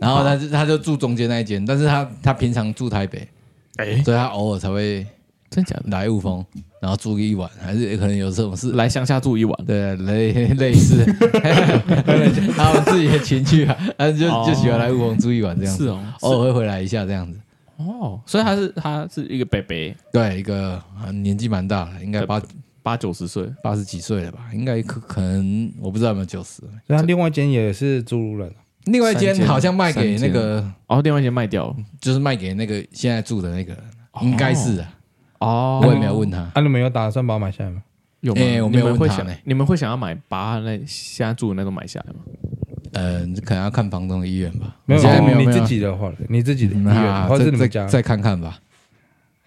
S3: 然后他就他就住中间那一间，但是他他平常住台北，
S1: 哎，
S3: 所以他偶尔才会
S1: 真假的？
S3: 来雾峰，然后住一晚，还是可能有这种事。
S1: 来乡下住一晚，
S3: 对，类 类似，他们自己的情趣啊， 他就
S2: 哦
S3: 就喜欢来雾峰住一晚这样子，
S1: 是哦是
S3: 偶尔会回来一下这样子。
S1: 哦，所以他是他是一个北北，
S3: 对，一个呃年纪蛮大了，应该八
S1: 八九十岁，
S3: 八十几岁了吧，应该可可能我不知道有没有九十。
S2: 所以他另外一间也是租入人，
S3: 另外一
S1: 三
S3: 间
S1: 间
S3: 好像卖给那个，
S1: 哦，另外一间卖掉了，
S3: 就是卖给那个现在住的那个人，
S1: 哦
S3: 应该是啊，
S1: 哦，
S3: 我也没有问他。
S2: 啊，你们有打算把它买下来吗？
S1: 有吗？
S3: 哎我没
S1: 你
S3: 有
S1: 们会
S3: 问他
S1: 想
S3: 呢，
S1: 你们会想要买把那现在住的那栋买下来吗？
S3: 嗯，可能要看房东的意愿吧。
S2: 没有，哦
S3: 现在没有
S2: 你
S3: 没有
S2: 自己的话，你自己的意
S3: 嗯
S2: 愿，
S3: 啊
S2: 或者是你
S3: 再
S2: 们家
S3: 再，再看看吧。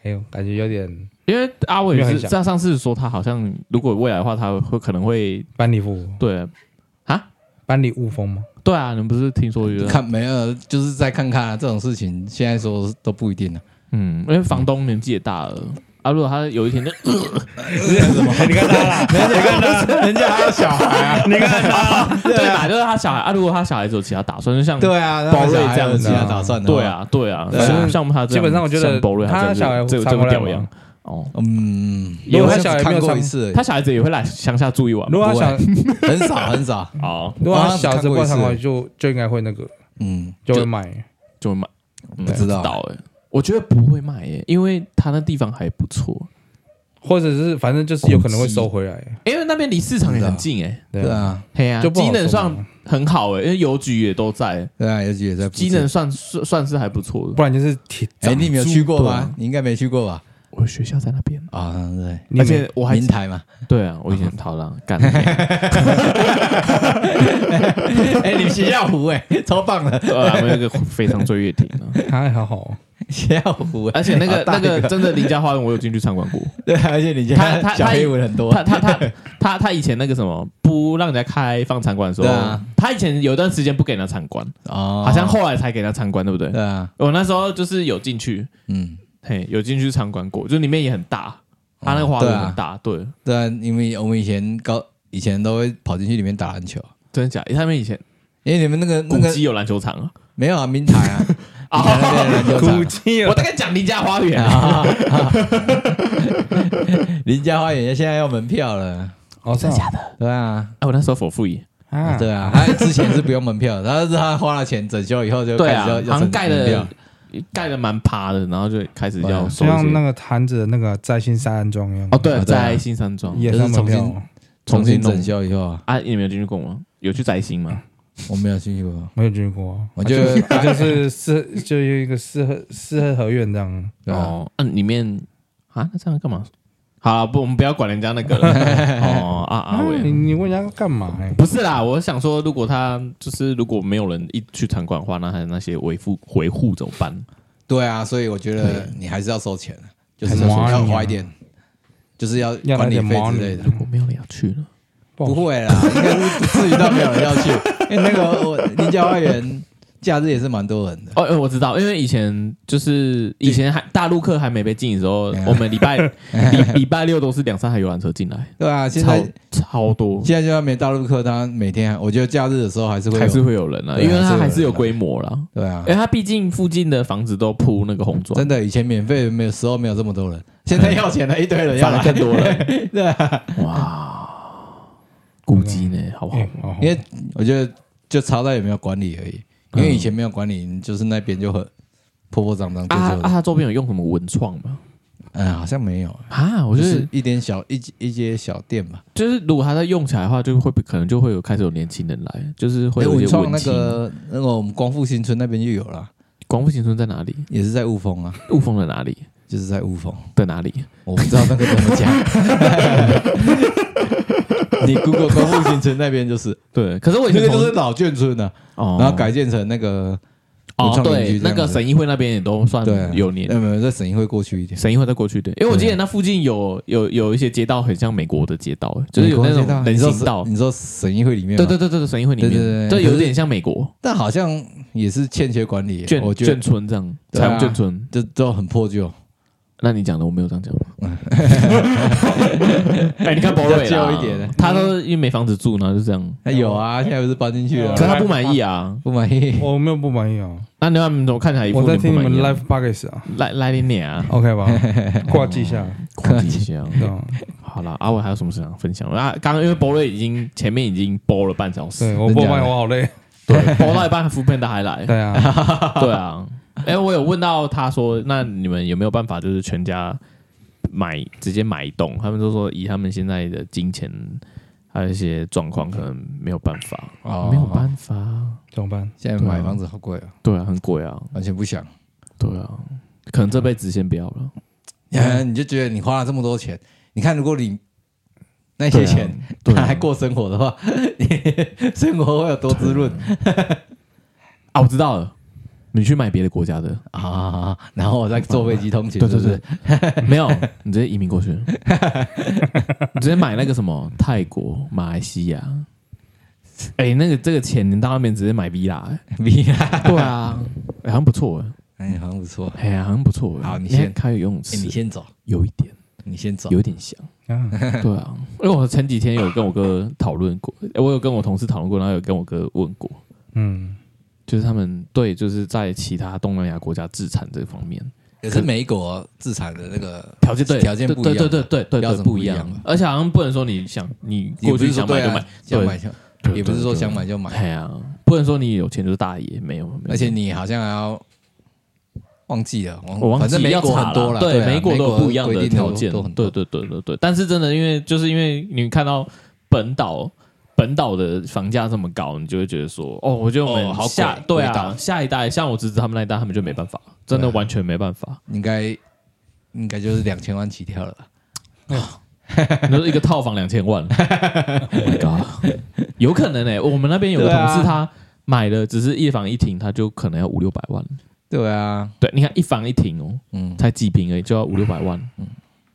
S2: 哎呦，感觉有点
S1: 因为阿伟
S2: 没有很
S1: 是
S2: 想
S1: 在上次说他好像如果未来的话，他会可能会
S2: 班里雾，
S1: 对啊，
S2: 班里雾风吗？
S1: 对啊，你们不是听说有
S3: 看没有，就是再看看啊。这种事情现在说都不一定啊。
S1: 嗯，因为房东年纪也大了。啊！如果他有一 天就，
S2: 你看他啦，
S3: 人家还有小孩啊，
S2: 你看他啦，
S1: 对吧？就是他小孩啊，如果他小孩子有其他打算，就像
S3: 对啊，
S1: 宝瑞嗯这样
S3: 子
S1: 子
S2: 啊
S3: 其他打算的话
S1: 对，啊，对啊，
S3: 对啊
S1: 像像他这样
S2: 基本上我觉得
S1: 像博瑞他这
S2: 他
S1: 样子
S2: 小孩
S1: 这个
S2: 常
S1: 这
S2: 回
S1: 么
S2: 来
S1: 屌
S2: 吗
S1: 样？哦，
S3: 嗯，
S2: 如
S1: 啊
S2: 果他
S3: 我好像
S2: 小孩没
S3: 只看
S2: 有
S3: 过
S2: 上
S3: 一次而已，
S1: 他小孩子也会来乡下住一晚吗。
S2: 如果他小
S3: 很少 很少，
S1: 哦，
S2: 如果
S3: 我好
S2: 他
S3: 像只
S2: 小
S3: 看
S2: 时
S3: 过
S2: 候
S3: 一次
S2: 上过来就就应该会那个
S3: 嗯，
S2: 就会买，
S1: 就会卖，嗯
S3: 不知道
S1: 哎、我觉得不会卖耶、因为他那地方还不错，
S2: 或者是反正就是有可能会收回来，
S1: 因为那边离市场也很近哎、
S2: 对
S3: 对
S2: 啊，
S3: 啊，
S1: 嘿呀、
S2: 就不好
S1: 机
S2: 说
S1: 能算很好哎、因为邮局也都在，
S3: 对啊，尤其也在附
S1: 机
S3: 近
S1: 能。算算算是还不错的。
S2: 不然就是铁。
S3: 哎，你没有去过
S1: 对
S3: 吗
S1: 啊？
S3: 你应该没去过吧？
S1: 我学校在那边，
S3: 啊，对，
S2: 你
S1: 而
S2: 们
S1: 且我还
S3: 明台 嘛。
S1: 对啊，我以前逃浪干了，
S3: 哎，你们斜耀湖哎，超棒的
S1: 对啊，我们有一个非常追月亭啊，
S2: 他还好好哦，
S3: 斜耀湖，
S1: 而且那
S3: 好
S1: 个
S3: 大
S1: 那
S3: 一
S1: 个真的邻家花园，我有进去参观过。
S3: 对啊，而且你
S1: 他
S3: 家
S1: 他
S3: 小
S1: 他
S3: 黑文很多，
S1: 他他他 他他以前那个什么不让人家开放场馆的时候，
S3: 对啊
S1: 他以前有一段时间不给人家参观，
S3: 哦
S1: 好像后来才给人家参观，对不对？
S3: 对啊，
S1: 我那时候就是有进去，
S3: 嗯，
S1: 嘿，有进去参观过，就里面也很大，它那个花
S3: 对
S1: 园
S3: 啊
S1: 很大，对，
S3: 对啊，因为我们以前高以前都会跑进去里面打篮球，
S1: 真的假的？他们以前
S3: 因为你们那个那
S1: 古
S3: 个
S1: 迹有哦篮球场啊，
S3: 没有啊，明台 啊， 明台那边的篮球场
S2: 估
S3: 啊
S2: 计
S1: 我大概讲林家花园啊，
S3: 啊， 林家花园现在要门票了，
S2: 哦，真的假的
S3: 对啊，
S1: 哎，我那时候否付一，
S2: 啊？
S3: 对啊，他之前是不用门票的，但是他花了钱整修以后就
S1: 对
S3: 开始
S1: 啊
S3: 要，
S1: 好
S3: 要
S1: 像
S3: 整
S1: 盖
S3: 门票
S1: 的，盖的蛮趴的，然后就开始
S3: 对啊
S1: 要
S2: 就
S1: 收一
S2: 像那
S1: 些。
S2: 个坛子的那个摘星山安庄一样
S1: 哦，，对，
S3: 啊对啊
S1: 在新山庄
S2: 也
S3: 就是
S2: 是门
S3: 重新
S2: 票哦，
S1: 重
S3: 重新
S1: 新弄
S3: 整修以后啊，
S1: 啊，你们有进去过吗？有去摘星吗？
S3: 我没有进去过，
S2: 没有去过哦，
S3: 我就
S2: 它就是 四就有一个四合四合合院这样。
S3: 对啊
S1: 哦，嗯，里面啊，那这样干嘛？好了，不，我们不要管人家那个 了。哦，啊啊，
S2: 啊你
S1: 伟，
S2: 你问人家干嘛？哎
S1: 不是啦，我想说，如果他就是如果没有人一去场馆的话，那还那些维护维护怎么办？
S3: 对啊，所以我觉得你还是要收钱的，啊就是
S2: 还是要收钱
S3: 要花一点，就是要
S2: 要来
S3: 管理
S2: 点
S3: 费之类
S2: money
S3: 的。
S1: 如果没有人要去呢？
S3: 不会啦，应该是不至于到没有人要去，因为那个我林家花园假日也是蛮多人的。
S1: 哦，呃我知道，因为以前就是以前还大陆客还没被禁的时候，
S3: 嗯
S1: 我们礼 拜礼礼拜六都是两三台游览车进来，
S3: 对啊，现
S1: 超
S3: 在
S1: 超多，
S3: 现在就算没大陆客，他每天还我觉得假日的时候还是会有
S1: 还是会哎有人啊，
S3: 对
S1: 因为它
S3: 还
S1: 还
S3: 是
S1: 是
S3: 有
S1: 有
S3: 人啊
S1: 规模啦，
S3: 对啊
S1: 因，为它毕竟附近的房子都铺那个红砖
S3: 真，的以前免费没有时候没有这么 多人，现在要钱的一堆人要
S1: 反而
S3: 来，
S1: 更多人，
S3: 对啊，
S1: 嗯哇，估计呢，好不好
S2: 哎？哦
S3: 因为我觉得就差在有没有管理而已，因为以前没有管理，就是那边就很破破脏脏
S1: 啊
S3: 旧旧
S1: 啊，
S3: 的，
S1: 它周边有用什么文创吗？
S3: 嗯，好像没有，
S1: 啊，我
S3: 就
S1: 觉得
S3: 是一点小一一些小店吧。
S1: 就是如果它在用起来的话，就会可能就会有开始有年轻人来，就是会
S3: 哎，
S1: 有一
S3: 文
S1: 些
S3: 创
S1: 文
S3: 那
S1: 青。
S3: 个那个哎我们光复新村那边就有了，
S1: 广府新村在哪里？
S3: 也是在雾峰啊，
S1: 雾峰的哪里？
S3: 就是在 雾峰。
S1: 的哪里？
S3: 我不知道那个怎 么讲。 你 Google 光复新村那边就是，
S1: 对，可是我以
S3: 那
S1: 前
S3: 个
S1: 从
S3: 就是老眷村的，
S1: 哦，
S3: 然后改建成那个文
S1: 哦，
S3: 创园
S1: 对
S3: 区，这
S1: 那
S3: 样
S1: 个
S3: 子
S1: 省议会那边也都算
S3: 对
S1: 嗯
S3: 呃
S1: 有年
S3: 没有没有在省议会过去一点，
S1: 省议会在过去对，因为我记得那附近有有有一些街道很像美国的街道，就是有那
S3: 美国街道
S1: 种人行道。
S3: 你说你说省议会里面吗
S1: 对对对对对，省议会里
S3: 对对
S1: 面，对
S3: 对可是
S1: 有点像美国
S3: 但好像也是欠缺管理，
S1: 眷
S3: 我觉
S1: 眷
S3: 得
S1: 村这样，
S3: 对
S1: 彩
S3: 啊
S1: 虹眷村。
S3: 这都很破旧，
S1: 那你讲的我没有这样讲吗？ 哎，你看博瑞
S3: 比
S1: 啦
S3: 较旧一点的
S1: 他都因为没房子住呢，就这样。
S3: 哎有啊，现在不是搬进去了
S1: 可，他不满意啊，
S3: 不满意，
S2: 我没有不满意啊，
S1: 那你们怎么看起来一副
S2: 我在
S1: 不
S2: 听你
S1: 满
S2: 们
S1: 意啊
S2: live podcast 啊
S1: 来来你脸啊，
S2: ，OK 吧？挂记一下，
S1: 夸一下。
S2: 对啊
S1: 好啦，阿伟还有什么事想分享？啊，刚刚因为博瑞已经前面已经播了半小
S2: 对
S1: 时，
S2: 我
S3: 真
S2: 不
S3: 假的
S2: 卖我好累，
S1: 对，播到一半，福片的还来，
S2: 对啊，
S1: 对啊。哎，我有问到他说，那你们有没有办法就是全家买直接买一栋？他们都说以他们现在的金钱还有一些状况，可能没有办法，
S3: 哦
S1: 没有办法。
S2: 怎么办？
S3: 现在买房子好贵啊，
S1: 对啊，很贵啊，
S3: 完全不想。
S1: 对啊，可能这辈子先不要了。啊
S3: 嗯，你就觉得你花了这么多钱，你看如果你那些钱
S1: 对啊对啊
S3: 拿来过生活的话， 你生活会有多 滋润
S1: 啊，我知道了，你去买别的国家的，
S3: 啊！然后我再坐飞机通勤，
S1: 对
S3: 是
S1: 对
S3: 不是
S1: 对，，没有，你直接移民过去，你直接买那个什么泰国、马来西亚，哎、那个这个钱你到那边直接买 villa，、欸、
S3: 米啊，
S1: 对啊， 哎好像不错哎、
S3: 哎，好像不错。
S1: 哎、呀，好像不错哎、
S3: 好你
S1: 你还
S3: 先
S1: 开个游泳
S3: 哎，
S1: 池，
S3: 你先走，
S1: 有一点，
S3: 你先走
S1: 有。一点 像，
S2: 啊
S1: 对啊，因为我前几天有跟我哥讨论过、哎我有跟我同事讨论过，然后有跟我哥问过，
S2: 嗯，
S1: 就是他们对就是在其他东南亚国家自产这方面。
S3: 可是美国自产的那个
S1: 条件对
S3: 条件不一
S1: 对
S3: 样，
S1: 对
S3: 啊
S1: 对对对
S3: 标
S1: 对
S3: 准
S1: 不
S3: 不
S1: 一
S3: 一
S1: 样啊
S3: 样，啊
S1: 而且好像不能说你想你
S3: 也
S1: 过
S3: 不
S1: 去
S3: 是说
S1: 想买
S3: 对
S1: 就
S3: 啊
S1: 买，
S3: 想
S1: 对
S3: 买就
S1: 对
S3: 也不是说
S1: 对
S3: 想买就买，
S1: 哎呀，不能说你有钱就是大爷，没有没有，
S3: 而且你好像还要忘记了，
S1: 我忘
S3: 反
S1: 记
S3: 正美
S1: 要
S3: 国
S1: 查
S3: 很多
S1: 了，
S3: 啦
S1: 对，
S3: 啊
S1: 美
S3: 美
S1: 国都有不一样
S3: 规
S1: 的
S3: 定
S1: 条件
S3: 都很，
S1: 对
S3: 多。
S1: 对对对对。但是真的，因为就是因为你看到本岛。本岛的房价这么高，你就会觉得说，哦，我觉得我
S3: 哦
S1: 们
S3: 好
S1: 下
S3: 贵
S1: 对
S3: 回
S1: 啊
S3: 到，
S1: 下一代像我侄子他们那一代，他们就没办法，真的
S3: 对啊
S1: 完全没办法。
S3: 应该应该就是两千万起跳了吧。
S1: 你说一个套房两千 万，Oh my god，有可能哎、我们那边有个
S3: 对
S1: 同
S3: 啊
S1: 事他买的只是一房一厅，他就可能要五六百万。
S3: 对啊，
S1: 对，你看一房一厅哦，
S3: 嗯，
S1: 才几平而已，就要五六百万。嗯，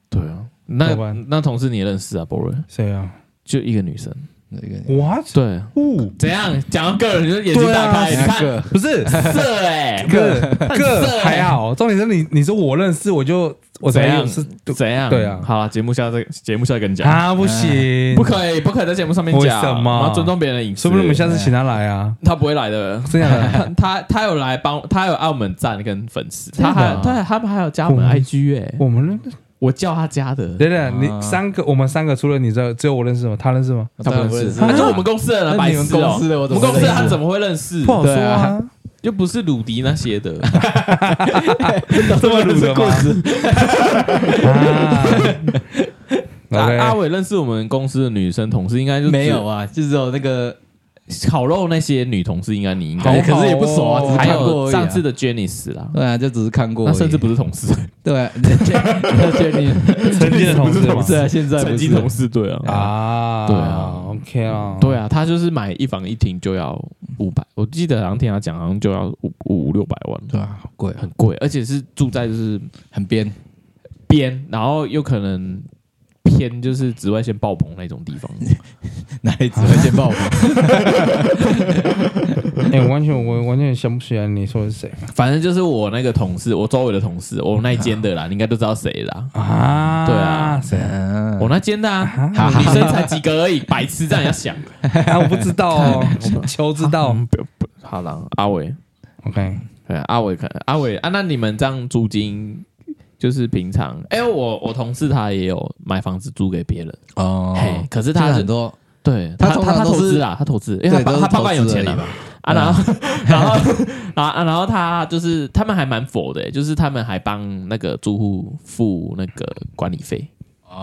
S1: 对啊，那
S2: 怎么办
S1: 那同事你也认识啊 b o r y
S2: 谁啊
S1: 就一个女生，
S3: 那个
S2: ？What？
S1: 对，啊
S2: 哦，
S1: 怎样讲到个人就眼睛打开，你
S2: 对啊
S1: 看
S3: 个
S2: 不是
S1: 色哎、
S2: 个个
S1: 色哎
S2: 还好，重点是你你说我认识我就我才
S1: 怎样
S2: 是
S1: 怎样？
S2: 对啊
S1: 好啊，节目下再节目下跟你讲，
S2: 啊，不行，
S1: 不可以不可以在节目上面
S2: 为
S1: 讲，
S2: 什么
S1: 然后尊重别人的隐私，
S2: 说不定我们下次请他来啊，
S1: 他不会来的。
S2: 真的。
S1: 他他他有来帮，他有澳门站跟粉丝，
S2: 真的
S1: 他
S2: 啊
S1: 还对他们还有加我们
S2: 我们
S1: IG 哎、
S2: 我们认
S1: 我叫他加的，
S2: 等等，
S3: 啊
S2: 你三个，我们三个除了你知道，只有我认识吗？他认识吗？
S3: 他不认识
S1: 他是我们公司的人啊，
S3: 那
S1: 白
S3: 你们
S1: 痴哦、
S3: 公司的我
S1: 我
S3: 怎么
S1: 们公司的他
S3: 认识
S1: 怎么会认识？
S2: 不好说
S3: 对
S2: 啊
S3: 啊，
S1: 又不是鲁迪那些的，
S2: 这么鲁的吗？啊
S1: 阿啊阿
S2: ，OK，
S1: 伟认识我们公司的女生同事，应该就只
S3: 没有啊，就只有那个
S1: 烤肉那些女同事，应该你应
S2: 好
S1: 该
S2: 好
S3: 哎可是也不熟啊，只是
S1: 还
S3: 看过
S1: 有
S3: 而已啊
S1: 上次的 Jennice 啦，
S3: 对啊，就只是看过而
S1: 那
S3: 已，
S1: 甚至不是同事，
S3: 对啊，那确定
S2: 曾经的同事
S3: 不
S2: 吗？
S3: 是啊，现在不是
S1: 曾经同事对啊，
S2: 啊，
S1: 对啊
S2: ，OK 啊，
S1: 对啊，他就是买一房一厅就要五百，我记得好像听他讲，好像就要五五六百万，
S3: 对啊，好贵啊，
S1: 很贵，而且是住在就是
S3: 很编，
S1: 边，然后又可能偏就是紫外线爆棚那种地方。
S3: 哪里只会先爆红？
S2: 哎，我完全我完全想不起来你说的是谁
S1: 反正就是我那个同事，我周围的同事，我那一间的
S3: 啊
S1: 啦，你应该都知道谁啦。
S2: 啊？
S1: 对啊
S2: 谁
S3: 嗯
S1: 我那间的啊，女生才及格而已，白痴这样要想。
S2: 啊？我不知道 哦，求知道
S1: 嗯不不， 好了，阿伟，
S2: ，OK，
S1: 对，阿伟可能阿伟啊，那你们这样租金就是平常？哎、我我同事他也有买房子租给别人，
S3: 哦
S1: 嘿，可是
S3: 他
S1: 他
S3: 很
S1: 是
S3: 多，
S1: 对
S3: 他
S1: 他
S3: 通
S1: 他
S3: 常
S1: 他
S3: 都
S1: 投
S3: 是
S1: 资啦，他投资，因为
S3: 对
S1: 他爸
S3: 都是
S1: 他爸
S3: 投
S1: 爸
S3: 资
S1: 有钱
S3: 而
S1: 啊
S3: 已嗯吧，
S1: 啊，然后 然后啊啊，然后他就是他们还蛮佛的、就是他们还帮那个住户付那个管理费，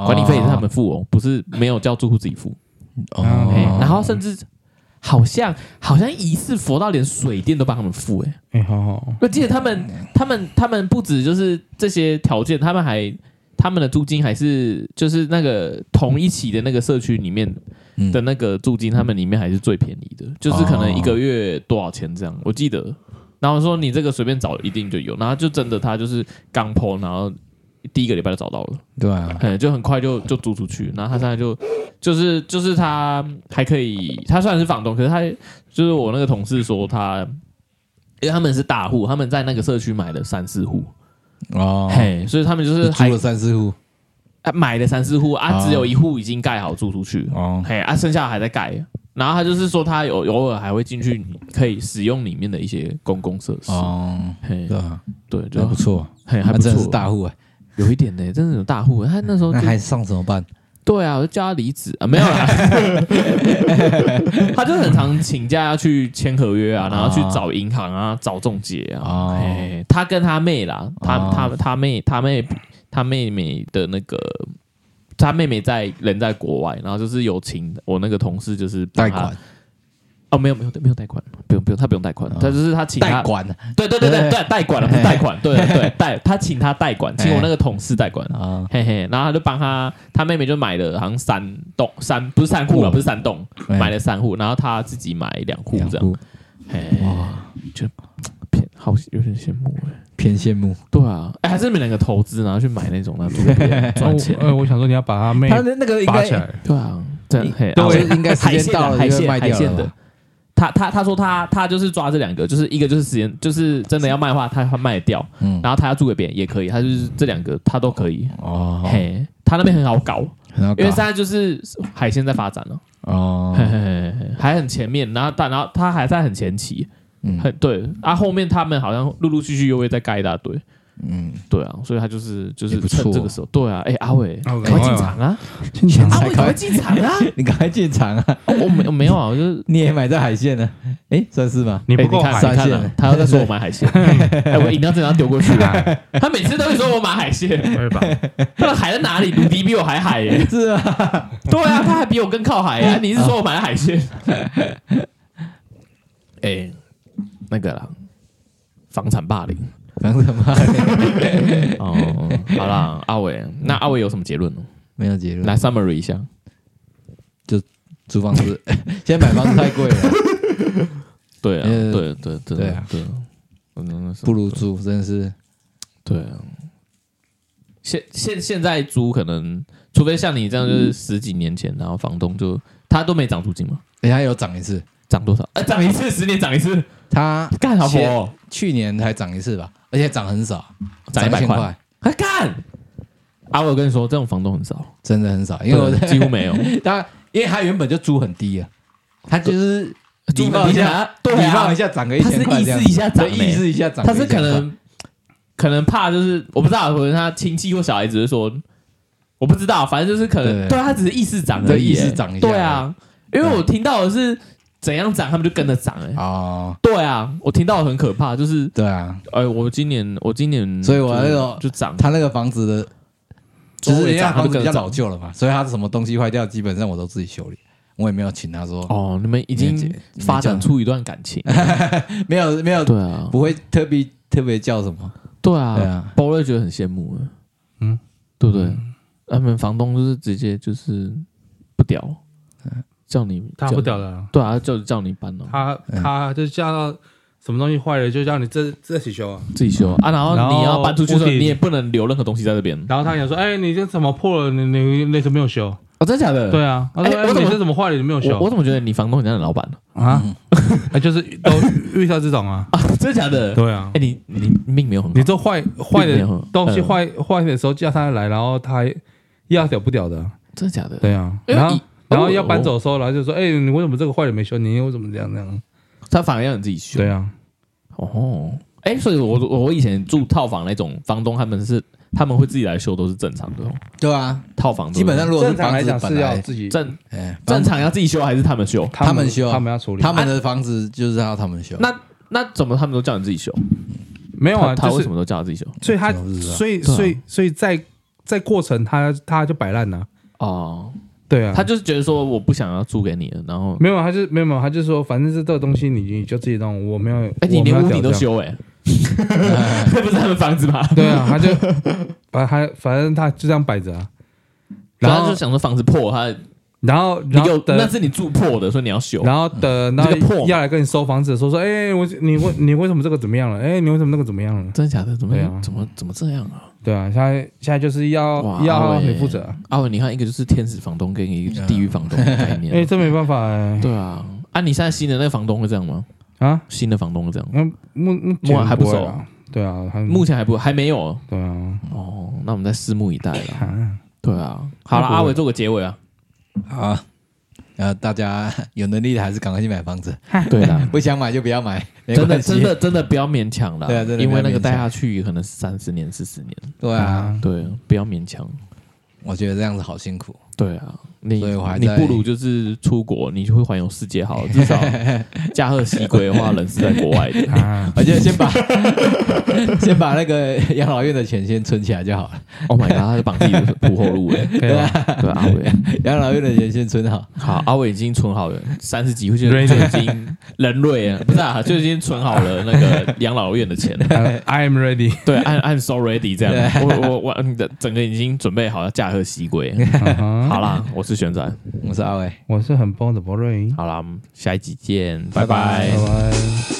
S1: 管理费也是他们付哦，不是没有叫住户自己付。
S3: 哦
S1: 哎、
S2: 哦
S1: 然后甚至好像好像疑似佛到连水电都帮他们付、哎，
S2: 哎、好好，
S1: 我记得他们他们他们不止就是这些条件，他们还他们的租金还是就是那个同一起的那个社区里面
S3: 嗯
S1: 的那个租金，他们里面还是最便宜的，就是可能一个月多少钱这样，我记得。然后说你这个随便找一定就有，然后就真的他就是刚剖，然后第一个礼拜就找到了，
S3: 对啊，
S1: 嗯，就很快就就租出去。然后他现在就就是就是他还可以，他虽然是房东，可是他就是我那个同事说他，因为他们是大户，他们在那个社区买了三四户，
S3: 哦，
S1: 嘿，所以他们就是
S3: 就
S1: 还
S3: 租了三四户，
S1: 啊买了三四户啊，
S3: 哦
S1: 只有一户已经盖好租出去，
S3: 哦，
S1: 嘿啊，剩下的还在盖。然后他就是说，他有偶尔还会进去，可以使用里面的一些公共设施。
S3: 哦，
S1: 嘿
S3: 对，啊，
S1: 对，
S3: 那
S1: 就
S3: 不错，
S1: 嘿还
S3: 他
S1: 不错，
S3: 真的是大户哎，
S1: 有一点呢，真的有大户。他那时候
S3: 那
S1: 就
S3: 还上什么班？
S1: 对啊，我就叫他离职啊，没有 啦，他就很常请假要去签合约啊，然后去找银行啊，找中介啊
S3: 哦。
S1: 嘿他跟他妹啦，他
S3: 哦
S1: 他他妹他妹他妹妹的那个，他妹妹在人在国外，然后就是有请我那个同事就是帮
S3: 贷
S1: 他
S3: 款，
S1: 哦，没有没有没有贷款，不用不用，他不用贷款，他就是他请他
S3: 哦贷款
S1: 对对对 对对贷款了，不是
S3: 嘿
S1: 贷款，对 对贷他请他贷款，请我
S3: 嘿
S1: 那个同事贷款。
S3: 啊，
S1: 嘿嘿，然后他就帮他他妹妹就买了好像三栋三不是三户了，
S3: 户
S1: 不是三栋，
S3: 哎
S1: 买了三户，然后他自己买两户这样，嘿，
S3: 哇，
S1: 偏好有点羡慕哎，
S3: 偏羡慕。
S1: 对啊，哎还是你们两个投资然后去买那种那种
S3: 哦
S1: 赚钱，
S3: 呃
S2: 哎、我想说你要把他妹
S3: 他那那个应
S2: 拔
S3: 该
S2: 起来，
S1: 对啊，这样嘿，
S3: 对
S1: 啊
S3: 应该时
S1: 海
S3: 间
S1: 鲜
S3: 到
S1: 的
S3: 了
S1: 海
S3: 就会
S1: 鲜
S3: 卖
S1: 海
S3: 掉
S1: 鲜
S3: 了
S1: 的
S3: 吧。。
S1: 他他他说他他就是抓这两个，就是一个就是时间，就是真的要卖的话，他他卖得掉，
S3: 嗯，
S1: 然后他要租给别人也可以，他就是这两个他都可以。
S3: 哦，
S1: 嘿，他那边很好搞，
S3: 很好搞
S1: 因为现在就是海鲜在发展了。
S3: 哦
S1: 嘿，嘿嘿嘿还很前面，然后但然后他还在很前期，
S3: 嗯
S1: 很对啊，后面他们好像陆陆续续又会再盖一大堆，
S3: 嗯，
S1: 对啊，所以他就是就是
S3: 也不
S1: 趁
S3: 错
S1: 这个时候，对啊，哎、阿伟，
S2: 阿伟
S1: 赶快进场啊，
S2: 经
S3: 常
S1: 阿
S3: 赶快
S1: 伟赶快进场啊，
S3: 你赶快进场啊！
S1: 哦我没我没有 啊，我就是。
S3: 你也买在海鲜呢？哎，算是 吗？
S2: 你不够
S1: 哎看，
S2: 海
S1: 你
S3: 上
S1: 看
S3: 线
S1: 啊
S3: 了
S1: 他又在说我买海 鲜，哎，我饮料真的要丢过去了。他每次都会说我买海鲜，
S2: 对 吧？
S1: 他的海在哪里？鲁迪比我还海 耶！
S3: 是啊，
S1: 对啊，他还比我更靠海啊！你是说我买海鲜？ 哎，那个啦，房产霸凌。
S3: 讲什
S1: 啊
S3: 么？
S1: 哦，好啦，阿伟，那阿伟有什么结论呢？
S3: 没嗯有结论。
S1: 来 summary 一下。
S3: 租房子， 现在买房子太贵了，
S1: 对啊，
S3: 呃
S1: 对对对
S3: 对啊
S1: 对啊，嗯，
S3: 不如租，真的是
S1: 对啊。现现现在租可能，除非像你这样，
S3: 嗯
S1: 就是十几年前，然后房东就他都没涨租金嘛，
S3: 人家有涨一次，
S1: 涨多少？呃，涨一 次，十年涨一次，
S3: 他
S1: 干好
S3: 前
S1: 佛，
S3: 去年才涨一次吧，而且涨很少，
S1: 涨一百
S3: 千
S1: 块，，还干。阿伟，我跟你说，这种房东很少，
S3: 真的很少，因为我
S1: 对几乎没有。
S3: 他因为他原本就租很低啊，他就是礼貌
S1: 租很低
S3: 一下
S1: 啊，对啊
S3: 礼貌一下涨个一千块这样
S1: 他是意
S3: 子，
S1: 思一下涨
S3: 对
S1: 欸
S3: 意思一下涨个
S1: 他
S3: 一千
S1: 是
S3: 块，
S1: 可能可能怕就是我不知道，可能他亲戚或小孩子会说，我不知道，反正就是可能
S3: 对
S1: 对他只是意识涨而
S3: 对
S1: 已，
S3: 意识
S1: 欸
S3: 涨一下
S1: 对啊，因为我听到的是怎样涨，他们就跟着涨，哎，
S3: 哦，
S1: 对啊，我听到的很可怕，就是
S3: 对啊，
S1: 哎，我今年我今年就，
S3: 所以我那个
S1: 就涨，
S3: 他那个房子的，就是人家
S1: 他
S3: 房
S1: 就
S3: 子
S1: 跟
S3: 比
S1: 着
S3: 较
S1: 涨
S3: 老。旧了嘛，所以他什么东西坏掉，基本上我都自己修理，我也没有请他说，
S1: 哦，你们已
S3: 你
S1: 经
S3: 们这
S1: 发展出一段感情，
S3: 没有没有，
S1: 对啊，
S3: 不会特别特别叫什么，
S1: 对
S3: 对
S1: 啊
S3: 啊，
S1: 包瑞觉得很羡慕，哎
S2: 嗯，
S1: 对不对？他们房东就是直接就是不屌，叫你
S2: 嗯他
S1: 叫
S2: 不屌的啊、
S1: 对啊，就叫你搬了，
S2: 他他就叫到什么东西坏了，就叫你这这起修啊。
S1: 自己修啊。然后
S2: 然后
S1: 你要搬出去的时候，
S2: 屋顶
S1: 你也不能留任何东西在这边。
S2: 然后他想说，哎、你这怎么破了？你你那什么没有修？
S1: 哦，真的假的？
S2: 对啊，他说，
S1: 哎
S2: 哎、
S1: 我怎么
S2: 你这怎么坏了？你没
S1: 我
S2: 有
S1: 我嗯
S2: 修
S1: 怎么觉得你房东很像你老板？
S2: 啊？哎，就是都遇到这种啊。
S1: 真的假的？
S2: 对啊
S1: 哎，，你你你命没有很好
S2: 你，这坏坏
S1: 并没
S2: 的
S1: 有
S2: 东西
S1: 嗯
S2: 坏坏的时候叫他来，然后他还要屌不屌的啊，
S1: 真的假的？
S2: 对啊。
S1: 因为
S2: 然后
S1: 以哦
S2: 然后要搬走的时候，然后就说，哎，你为什么这个坏的没修？你为什么这样这样？
S1: 哦他反而要你自己修。
S2: 对啊，
S1: 哦，哎，所以我我我以前住套房那种，房东他们是他们会自己来修都是正常的哦，
S3: 对啊，
S1: 套房都是
S3: 基本上如果是
S2: 正常
S3: 房
S2: 来
S3: 子
S2: 讲
S3: 本
S2: 是要
S3: 来，
S2: 自己，
S1: 正
S3: 哎，房
S1: 正常啊要自己修还是他们修？
S3: 他们修
S2: 他们要处理，
S3: 他们的房子就是要他们修，
S1: 那那怎么他们都叫你自己修？
S2: 没有啊，
S1: 他他
S2: 就
S1: 为
S2: 是
S1: 什么都叫他自己修？
S2: 所以他
S3: 就是啊
S2: 所以
S1: 对啊
S2: 所以所以在在过程他他就摆烂了，
S1: 哦，
S2: 对啊，
S1: 他就是觉得说我不想要租给你了，然后
S2: 没有，他就没有没有，他就说反正这个东西你你就自己弄，我没有，
S1: 哎，你
S2: 我没有
S1: 连屋顶都
S2: 屌这样，
S1: 修 哎，这不是他们房子吗？
S2: 对啊，他就把他反正他就这样摆着啊，然
S1: 然后
S2: 后
S1: 就想说房子破，他
S2: 然后
S1: 你
S2: 然后
S1: 有
S2: 等
S1: 那是你住破的，所以你要修。
S2: 然后等到
S1: 这个破嘛
S2: 要来跟你收房子的时候说，哎，我你为你为什么这个怎么样了？哎，你为什么那个怎么样了？
S1: 真的假的？怎么
S2: 对啊
S1: 怎么怎么这样啊？
S2: 对啊，现在现在就是要
S1: 哇哦
S2: 要
S1: 阿伟
S2: 你负责啊，
S1: 阿伟，你看一个就是天使房东跟一个就是地狱房东的概念。啊
S2: 哎，这没办法哎
S1: 对啊，啊，你现在新的那个房东会这样吗？
S2: 啊，
S1: 新的房东会这样？
S2: 那目目
S1: 目
S2: 前
S1: 还不
S2: 会
S1: 熟
S2: 啦，对啊，他
S1: 目前还不还没有
S2: 对啊，
S1: 哦，那我们再拭目以待了。
S2: 啊
S1: 对啊，好了，
S2: 那不会
S1: 阿伟做个结尾啊。
S3: 好啊，呃，大家 有能力的还是赶快去买房子，
S1: 对啦，
S3: 不想买就不要买，没
S1: 真的
S3: 关系
S1: 真的真的不要勉强了，
S3: 对啊真的
S1: 因为那个
S3: 不要勉
S1: 待
S3: 强
S1: 下去可能是三十年、四十年，
S3: 对啊，
S1: 对，不要勉强。
S3: 我觉得这样子好辛苦，
S1: 对啊，你
S3: 所以我还
S1: 你
S3: 在
S1: 不如就是出国，你就会环游世界好了，至 少驾鹤西归的话，人是在国外的。
S2: 啊，
S3: 我觉得先把先把那个 养老院的钱先存起来就好了，
S1: Oh my god，他就绑自己的铺后 路哎，
S2: 对啊，
S1: 对阿伟，
S3: 养老院的钱先存好，
S1: 好，阿伟已经存好了三十几，就就已经人瑞 啊，不是啊，就已经存好了那个养老院的钱。
S2: I am ready，
S1: 对，按按 so ready 这 样，我我我嗯整个已经准备好要驾鹤西归。
S2: 嗯
S3: Uh-huh
S2: 哼
S1: 好啦，我是旋转，
S3: 我是阿伟。
S2: 我是很棒的博瑞，
S1: 好啦，我们下一集见，拜拜
S3: 拜拜
S2: 拜拜。